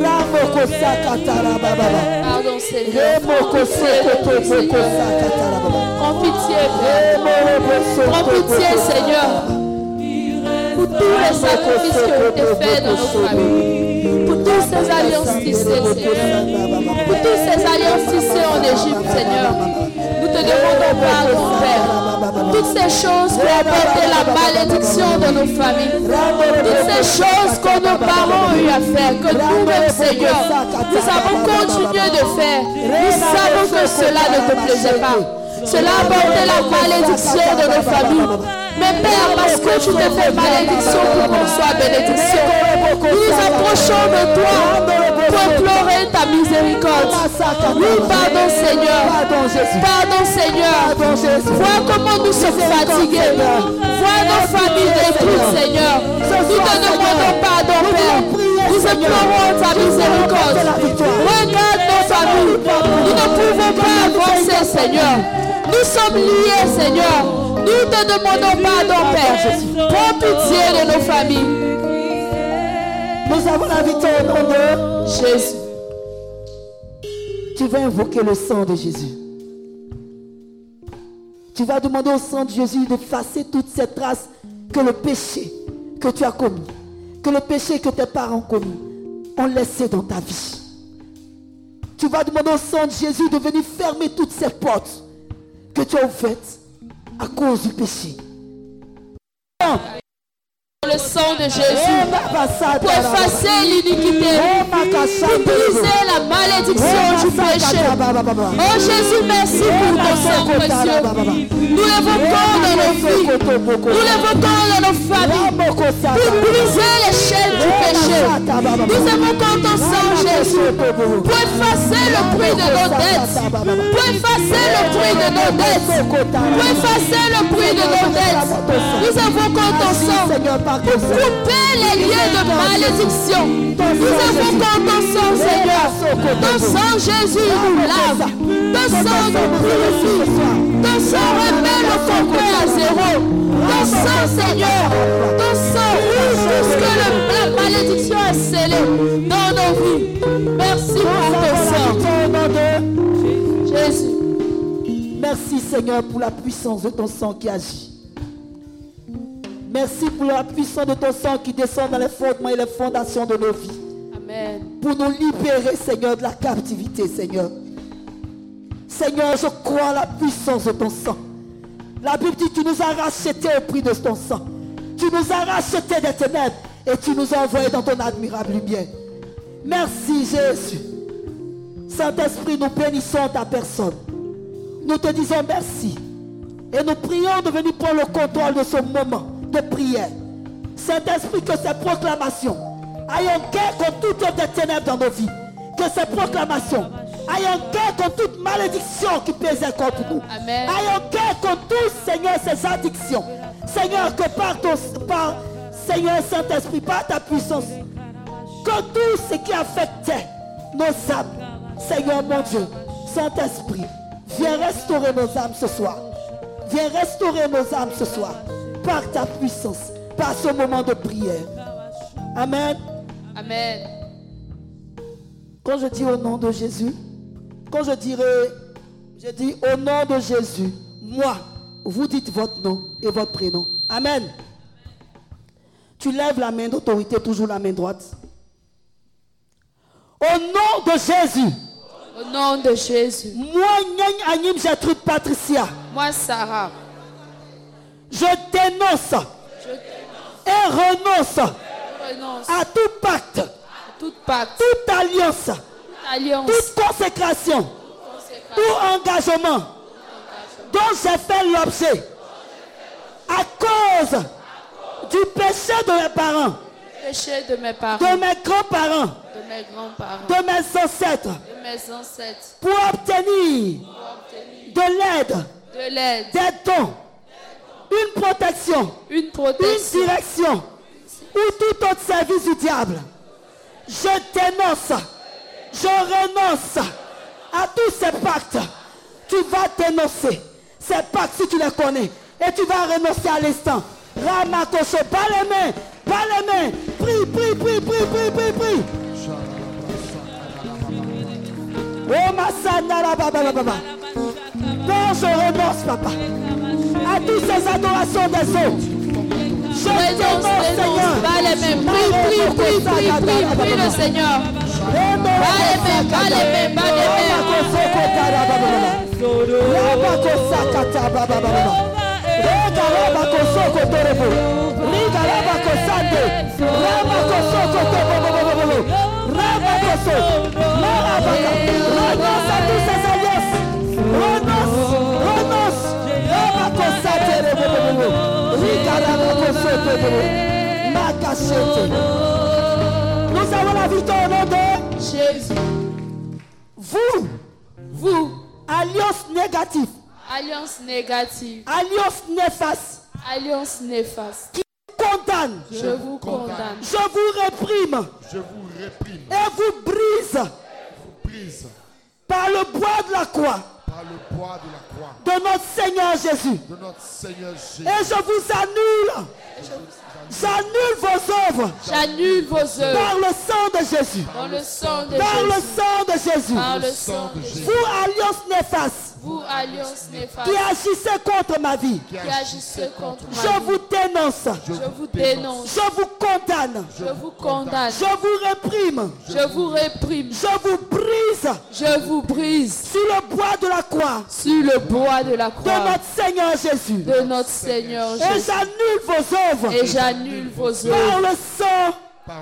Ramo kosa katara bababa.
pardon Seigneur.
Remo kosa koto moko sa katara bababa.
Prends pitié, Père.
Remo remo so
Prends
koto
pitié,
koto sa
Seigneur.
Pour tous
les sacrifices qui ont été faits dans nos familles. Pour toutes ces alliances tissées, Seigneur. Pour toutes ces alliances tissées en Égypte, Seigneur. Nous te demandons pardon, Père. Toutes ces choses qui ont apporté la malédiction de nos familles. Toutes ces choses que nos parents ont eu à faire, que nous-mêmes, Seigneur, nous avons continué de faire. Nous savons que cela ne te plaisait pas. Cela a porté la malédiction de nos familles. Mais Père, parce que tu te fais malédiction pour qu'on soit bénédiction, nous nous approchons de toi pour implorer ta miséricorde. Oui, pardon Seigneur.
Pardon, Jésus.
Pardon Seigneur.
Pardon, Jésus.
Vois comment nous sommes fatigués. Vois nos familles détruites, Seigneur. Nous te demandons pardon, Père. Nous implorons ta miséricorde. Regarde nos familles. Nous ne pouvons pas avancer, Seigneur. Nous sommes liés, Seigneur. Nous te demandons pardon, Père. Prends pitié de nos familles.
Nous avons la victoire au nom de...
Jésus.
Tu vas invoquer le sang de Jésus. Tu vas demander au sang de Jésus d'effacer toutes ces traces que le péché que tu as commis, que le péché que tes parents ont commis, ont laissé dans ta vie. Tu vas demander au sang de Jésus de venir fermer toutes ces portes que tu as ouvertes à cause du péché.
Le sang de Jésus. pour
effacer
effacer l'iniquité, pour briser la malédiction du péché. Oh Jésus, merci pour ton sang précieux. Nous l'évoquons dans nos vies, nous l'évoquons dans nos familles, pour briser les chaînes du péché. Nous évoquons ton sang, Jésus, pour effacer le prix de nos dettes, pour effacer le prix de nos dettes, pour effacer le prix de nos dettes. Nous invoquons ton sang pour couper les liens de malédiction. Nous invoquons ton sang, Seigneur. Ton sang, Jésus, nous lave. Ton sang nous purifie. Ton sang remet le compteur à zéro. Ton sang, Seigneur, ton sang ouvre tout ce que le- la malédiction a scellé dans nos vies. Merci pour ton sang, Jésus.
Merci Seigneur pour la puissance de ton sang qui agit. Merci pour la puissance de ton sang qui descend dans les fondements et les fondations de nos vies.
Amen.
Pour nous libérer Seigneur de la captivité Seigneur. Seigneur, je crois à la puissance de ton sang. La Bible dit, tu nous as rachetés au prix de ton sang. Tu nous as rachetés des ténèbres et tu nous as envoyés dans ton admirable lumière.
Merci Jésus. Saint-Esprit, nous bénissons ta personne. Nous te disons merci. Et nous prions de venir prendre le contrôle de ce moment de prière. Saint-Esprit, que ces proclamations aillent en guerre contre toutes les ténèbres dans nos vies. Que ces proclamations aillent en guerre contre toute malédiction qui pesait contre nous.
Amen.
Aille en guerre contre tous, Seigneur, ces addictions. Seigneur, que par ton par, Seigneur Saint-Esprit, par ta puissance, que tout ce qui affectait nos âmes, Seigneur mon Dieu, Saint-Esprit, viens restaurer nos âmes ce soir. Viens restaurer nos âmes ce soir par ta puissance, par ce moment de prière. Amen.
Amen.
Quand je dis au nom de Jésus, quand je dirai, je dis au nom de Jésus, moi, vous dites votre nom et votre prénom. Amen. Tu lèves la main d'autorité, toujours la main droite. Au nom de Jésus.
Au nom de Jésus.
Moi, Nyang Anim Gertrude Patricia.
Moi, Sarah.
Je dénonce et renonce
Renonce
à tout pacte,
toute pacte,
toute alliance,
toute alliance,
toute consécration, tout engagement dont j'ai fait l'objet à cause du péché de mes parents,
péché de mes parents,
de mes grands-parents,
de mes grands-parents,
de mes ancêtres,
de mes ancêtres,
pour obtenir
pour obtenir
de l'aide,
de l'aide,
des dons, une protection,
une
une
protection,
direction ou tout autre service du diable. Je dénonce, je renonce à tous ces pactes. Tu vas dénoncer ces pactes si tu les connais et tu vas renoncer à l'instant. Ramakoso, pas les mains, pas les mains. Prie, prie, prie, prie, prie, prie, prie. Oh, ma sana, la, ba, ba, ba, ba, ba. Père, je renonce, papa, à toutes ces adorations des autres. Je
Renonce,
dénonce, Seigneur.
renonce, pas les mêmes. Prie, prie, prie, prie, prie, prie le Seigneur.
Oh,
Pas les mêmes, pas les mêmes, pas les mêmes.
Renonce à tous ces alliances. Renonce, renonce. Rabakosaterebobobobo. Rigarabakosotobobo. Makasete. Nous avons la victoire au nom de
Jésus.
vous. Vous. Alliance négative.
Alliance négative,
Alliance néfaste.
alliance néfaste.
Qui condamne.
Je vous condamne.
Je vous réprime.
Je vous réprime,
Et vous brise
prise
par le bois de la croix
par le poids de la croix
de notre Seigneur Jésus.
de notre Seigneur Jésus.
Et je vous annule. J'annule vos œuvres
J'annule vos œuvres
par le sang de Jésus.
dans le sang de
Par le
Jésus.
sang de Jésus.
Par le sang de Jésus.
Vous, alliance néfaste,
Vous, alliance néfaste,
qui agissez contre ma vie,
qui agissez contre
je
moi,
vous dénonce.
je vous dénonce,
Je vous condamne.
je vous condamne,
Je vous réprime.
je vous réprime,
Je vous brise
je vous brise
sur le bois de la croix
sur le bois de la
de
croix
notre Seigneur Jésus.
de notre Seigneur
Et
Jésus.
j'annule vos œuvres
Et j'annule vos œuvres
par le sang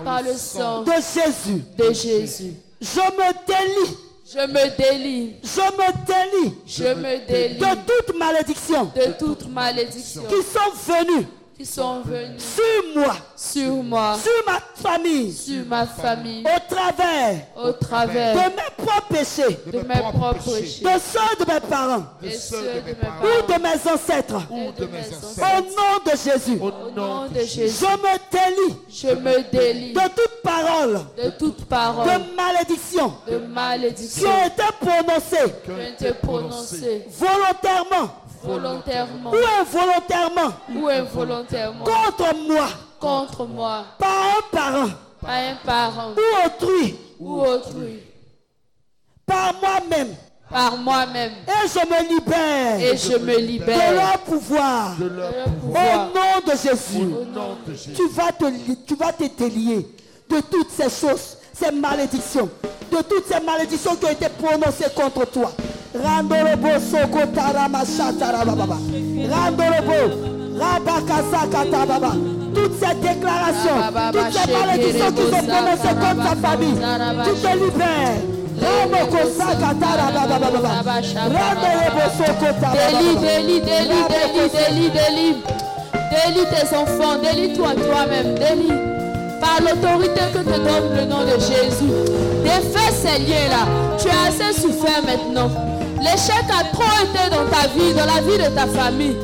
par le sang
de Jésus.
de Jésus.
Je me délie.
Je me délie,
Je me délie
je me délie
de toute malédiction
de toute malédiction
qui sont venues
qui sont venues
sur moi,
sur moi,
sur ma famille,
sur ma famille,
au travers
au
de
travers
mes propres péchés,
de mes propres péchés,
de ceux de mes parents
et ceux de mes
ou
parents,
de mes ancêtres.
et de mes ancêtres.
Au nom de Jésus,
Au nom de
je
Jésus,
me délie
je me délie
de toute parole
de toute parole
de malédiction
de
qui
malédiction
a été prononcée
qui ont été prononcée
volontairement
volontairement
ou involontairement
ou involontairement
contre moi
contre moi,
par un parent
par un parent
ou autrui,
ou autrui,
par moi-même.
par moi-même.
Et je me libère
Et je me
de
libère
leur pouvoir.
de leur
Au
pouvoir.
nom de Jésus,
Au nom de
tu vas te, li- tu vas te délier de toutes ces choses, ces malédictions, de toutes ces malédictions qui ont été prononcées contre toi. Randorobo sokotarama shatarababa. Randorobo rabakasakatababa. Tout
toutes ces déclarations, toutes ces malédictions qui sont prononcées contre ta famille, tu te libères. Remo kosa katara ba ba ba ba ba. Remo reboso kota ba ba ba
Délie,
ba.
délie, délie, délie, délie, délie. Délie tes enfants, délie-toi toi-même, délie. Par l'autorité que te donne le nom de Jésus. Défais ces liens-là. Tu as assez souffert maintenant. L'échec a trop été dans ta vie, dans la vie de ta famille.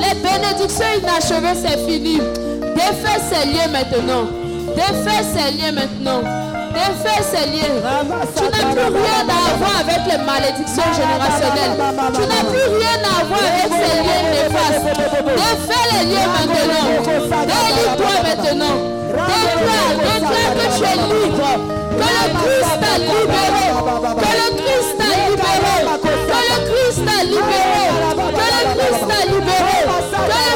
Les bénédictions inachevées, c'est fini. Défais ces liens maintenant. Défais ces liens maintenant. Défais ces liens. Tu n'as plus rien à avoir avec les malédictions générationnelles. Tu n'as plus rien à avoir avec ces liens néfastes. Défais les liens maintenant. Délie-toi maintenant. Déclare, déclare que tu es libre. Que le Christ t'a libéré. Que le Christ t'a libéré. Que le Christ t'a libéré.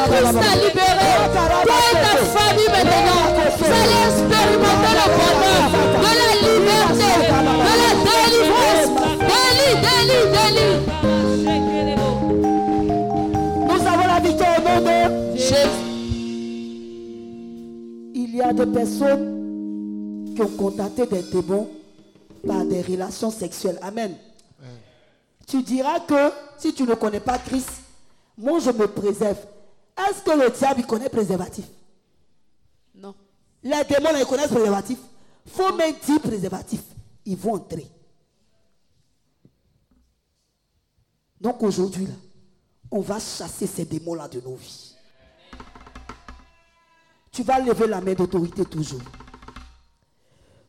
Que le Christ t'a libéré. Que le Christ t'a libéré. Toi et ta famille maintenant, vous allez expérimenter le bonheur de la liberté, de la délivrance. Délie, délie, délie.
Nous avons la victoire au nom de Il y a des personnes qui ont contacté des démons par des relations sexuelles. Amen. Tu diras que si tu ne connais pas Christ, moi je me préserve. Est-ce que le diable il connaît préservatif
Non.
Les démons là, ils connaissent préservatif. Faut même dire préservatif. Ils vont entrer. Donc aujourd'hui là, on va chasser ces démons là de nos vies. Tu vas lever la main d'autorité toujours.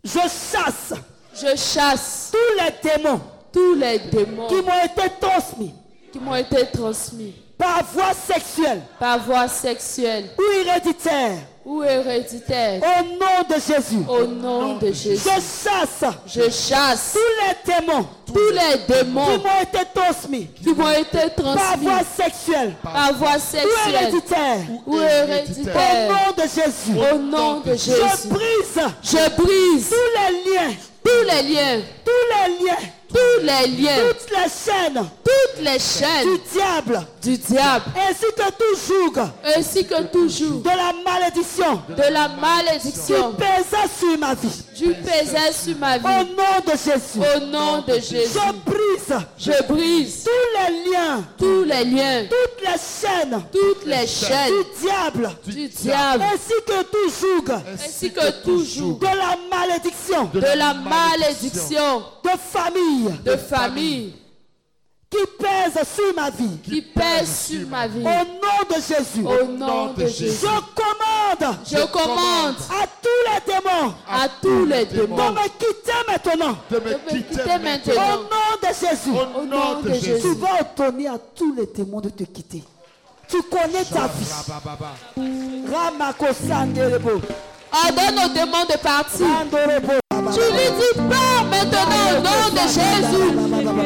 Je chasse.
Je chasse
tous les démons.
Tous les démons
qui m'ont été transmis
qui m'ont été transmis
par voie sexuelle
par voie sexuelle
ou héréditaire.
ou héréditaire.
Au nom de Jésus.
Au nom de Jésus.
Je chasse.
Je chasse
tous les démons.
Tous les démons
qui m'ont été transmis
qui m'ont été
par
transmis
voie sexuelle
par voie
ou
sexuelle
héréditaire.
ou
Au
héréditaire.
nom de Jésus.
Au nom de Jésus.
Je brise
Je brise
tous les liens,
tous les liens,
tous les liens,
tous les liens,
toutes les chaînes
toutes les
du
chaînes
diable,
du diable,
ainsi que tout joug
ainsi que toujours
de la malédiction
de la
qui
malédiction
pèse sur ma vie.
du pesait sur ma
Au
vie.
nom de Jésus.
Au nom de Jésus.
Je brise
Je brise
tous les liens,
tous les liens,
toutes les chaînes
toutes les chaînes
du diable,
du diable,
ainsi que tout joug
ainsi que toujours
de la malédiction
de la malédiction
de famille
de famille
qui pèse sur ma vie.
qui pèse sur ma vie.
Au nom de Jésus.
Au nom de Jésus.
Je commande
Je commande
à tous les démons
à tous les
de
démons
me quitter maintenant.
De
de
me quitter
Au
maintenant.
nom de Jésus.
au nom de
Tu
Jésus.
vas ordonner à tous les témoins de te quitter. Tu connais ta vie.
Rabababa.
Ramakosanderebo.
Ordonne aux démons de partir.
Andorebo.
Tu lui dis pars maintenant au nom de Jésus.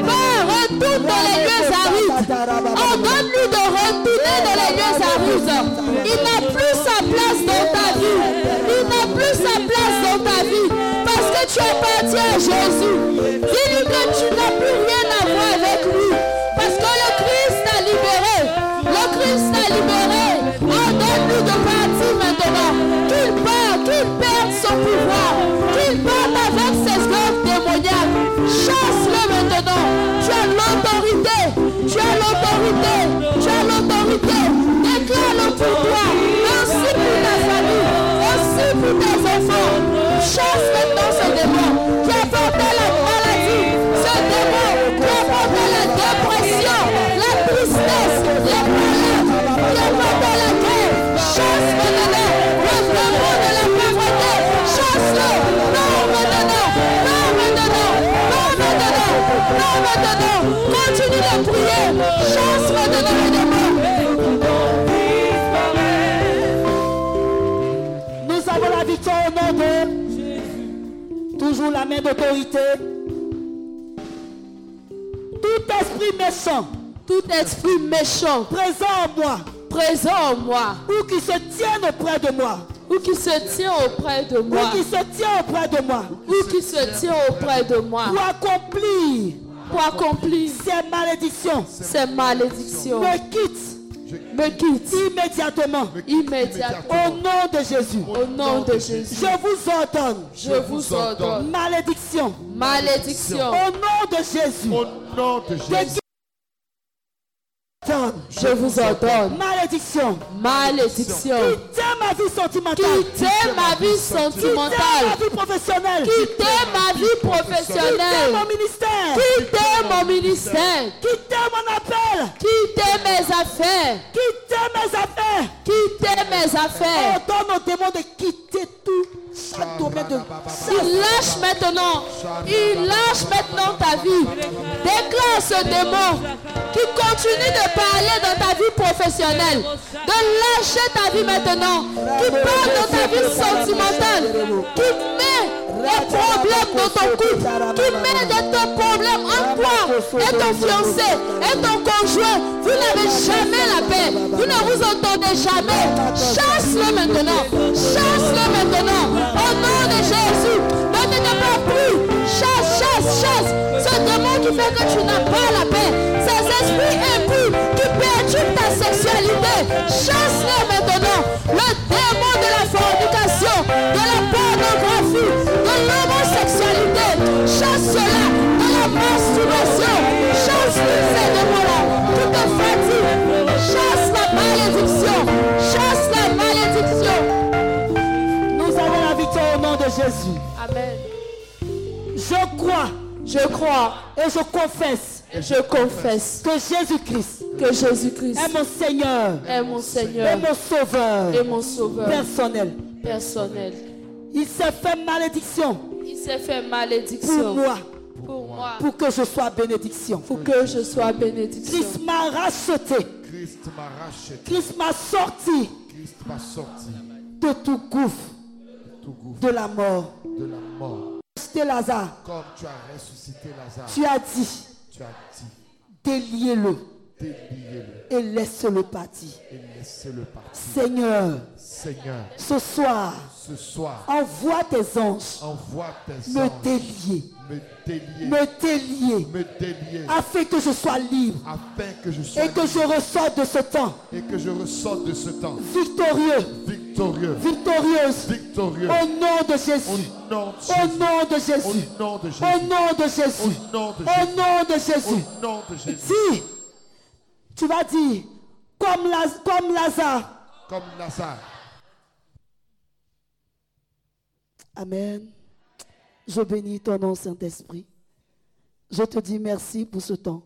Pars, retourne dans les lieux arides. Ordonne-lui de retourner dans les lieux arides. Il n'a plus sa place dans ta vie. Il n'a plus sa place dans ta vie. Parce que tu appartiens à Jésus. Dis-lui que tu n'as plus rien à voir avec lui. Parce que le Christ t'a libéré. Le Christ t'a libéré. Ordonne-lui de partir maintenant. Qu'il parte, qu'il perde son pouvoir. Qu'il parte avec ses œuvres démoniaques. Chasse-le maintenant. Tu as l'autorité. Tu as l'autorité. Tu as l'autorité. Déclare-le pour toi. mais aussi pour ta famille. Aussi pour tes enfants. Chasse maintenant ce démon qui a porté la maladie. Ce démon qui a porté la dépression, la tristesse, les malades, qui a porté la guerre. Chasse maintenant. Revenons de la pauvreté. Chasse-le. Non maintenant. Non maintenant. Non maintenant. Non maintenant. Continue de prier. Chasse maintenant le démon.
Nous avons la victoire au nom de Toujours la main d'autorité. Tout esprit méchant
Tout esprit méchant
présent en moi
présent en moi
ou qui se tienne auprès de moi
ou qui se tient auprès de
ou
moi
qui se tient auprès de moi
ou qui se tient auprès de moi
pour accomplir
pour accomplir
ces malédictions
ces malédictions.
me quitte
me quitte
immédiatement.
immédiatement.
Au nom de Jésus.
Au nom de Jésus.
Je vous ordonne.
Je vous ordonne.
Malédiction.
Malédiction.
Au nom de Jésus. Au
nom de Jésus.
Je vous ordonne.
Malédiction.
Malédiction.
Quittez ma vie sentimentale.
Quittez ma vie
Quittez ma
sentimentale.
vie professionnelle.
Quittez ma vie
Quittez mon
professionnelle.
ministère.
Quittez mon ministère.
Quittez mon appel.
Quittez mes affaires.
Quittez mes affaires.
Quittez mes affaires.
Ordonne aux démons de quitter tout chaque domaine de
Il lâche maintenant. Il lâche maintenant ta vie. Déclare ce démon qui continue de parler dans ta vie professionnelle. De lâcher ta vie maintenant. Qui parle dans ta vie sentimentale. Qui met des problèmes dans ton couple. Qui met des ton problème en toi et ton fiancé et ton conjoint. Vous n'avez jamais la paix. Vous ne vous entendez jamais. Chasse-le maintenant. Chasse-le maintenant. Au nom de Jésus. Ne te débat plus. Chasse, chasse, chasse. Ce démon qui fait que tu n'as pas la paix. Ces esprits impurs qui perturbent ta sexualité. Chasse-le maintenant. Le démon de la fornication, de la pornographie, de l'homosexualité. Chasse cela de la masturbation. Chasse tous ces démons-là. Tout te fatigue. Chasse la malédiction. Chasse la malédiction.
Nous avons la victoire au nom de Jésus.
Amen.
Je crois
Je crois
et je confesse
et je confesse
que Jésus-Christ
que Jésus-Christ
est mon Seigneur
est mon
et
Seigneur
mon Sauveur
et mon Sauveur
personnel.
personnel.
Il s'est fait malédiction
Il s'est fait
pour
malédiction
moi,
pour moi,
pour que je sois bénédiction.
pour que je sois bénédiction.
Christ m'a racheté,
Christ m'a racheté.
Christ m'a sorti
Christ m'a sorti
de tout gouffre
tout gouffre
de la mort.
de la mort.
Acheté Lazare,
Comme tu as ressuscité Lazare,
tu as dit,
tu as dit,
déliez-le
déliez-le
et laissez-le partir.
et laissez-le partir.
Seigneur,
Seigneur,
ce soir,
ce soir,
envoie tes anges
envoie tes
me
anges
délier,
me délier,
me délier,
me délier,
afin que je sois libre
afin que je sois
et que je ressorte de ce temps
et que je ressorte de ce temps
victorieux,
victorieux,
victorieuse,
victorieux.
au nom de
Au
Jésus.
nom de
Au
Jésus.
nom de
Au
Jésus.
nom de Jésus.
Au nom de Jésus.
Au nom de
Au nom
Au
de Jésus.
nom de Jésus.
Dis, tu vas dire, comme, Laz- comme Lazare.
Comme Lazare.
Amen. Je bénis ton nom, Saint-Esprit. Je te dis merci pour ce temps.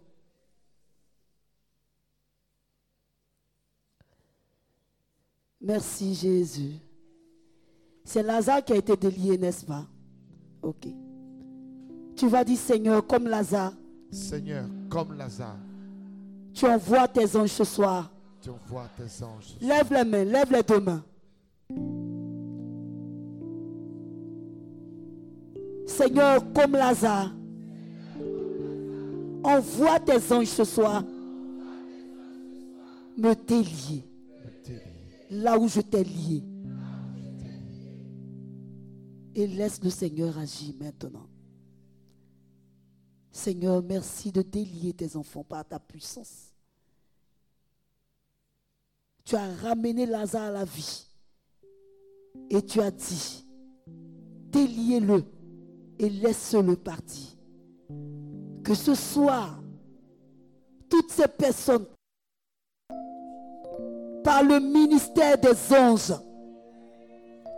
Merci Jésus. C'est Lazare qui a été délié, n'est-ce pas Ok. Tu vas dire, Seigneur, comme Lazare,
Seigneur, comme Lazare,
tu envoies tes anges ce soir.
tu envoies tes anges.
Lève les mains, lève les deux mains. Seigneur, comme Lazare, envoie tes anges ce soir me délier là où je t'ai lié. Et laisse le Seigneur agir maintenant. Seigneur, merci de délier tes enfants par ta puissance. Tu as ramené Lazare à la vie. Et tu as dit, déliez-le et laisse-le partir. Que ce soir, toutes ces personnes, par le ministère des anges,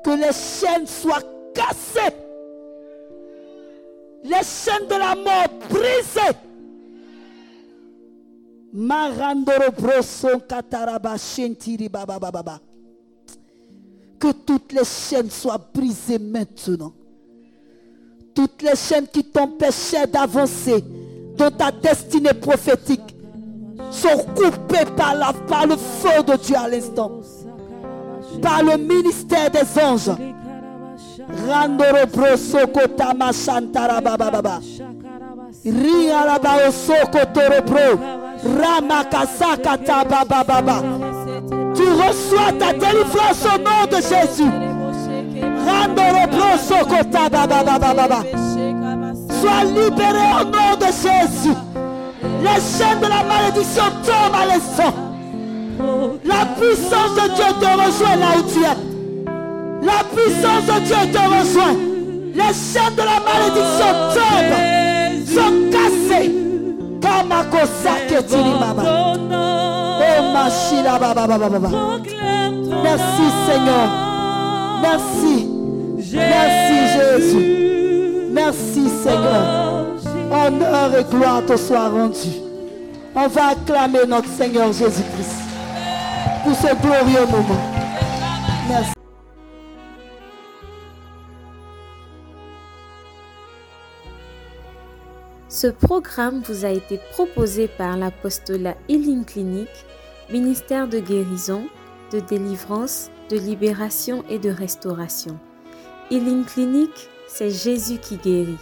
que les chaînes soient cassées, les chaînes de la mort brisées. Marandoro broso kataraba shentiri baba baba baba. Que toutes les chaînes soient brisées maintenant. Toutes les chaînes qui t'empêchaient d'avancer dans ta destinée prophétique sont coupées par, la, par le feu de Dieu à l'instant. Par le ministère des anges. Randoro broso kotama shantara baba baba. Ria la ba osoko torobro. Ramakasaka ta ba ba ba ba. Tu reçois ta délivrance au nom de Jésus. Randorobro soko ta ba ba ba ba ba ba. Sois libéré au nom de Jésus. Les chaînes de la malédiction tombent à l'instant.
La puissance de Dieu te rejoint là où tu es. La puissance de Dieu te rejoint. Les chaînes de la malédiction tombent, sont cassées. Comme à Kosake Tiribaba. Oh Eh, Machila Baba Baba Baba. Merci Seigneur. Merci. Merci Jésus. Merci Seigneur. Honneur et gloire te soient rendus. On va acclamer notre Seigneur Jésus-Christ pour ce glorieux moment. Merci.
Ce programme vous a été proposé par l'apostolat Healing Clinic, ministère de guérison, de délivrance, de libération et de restauration. Healing Clinic, c'est Jésus qui guérit.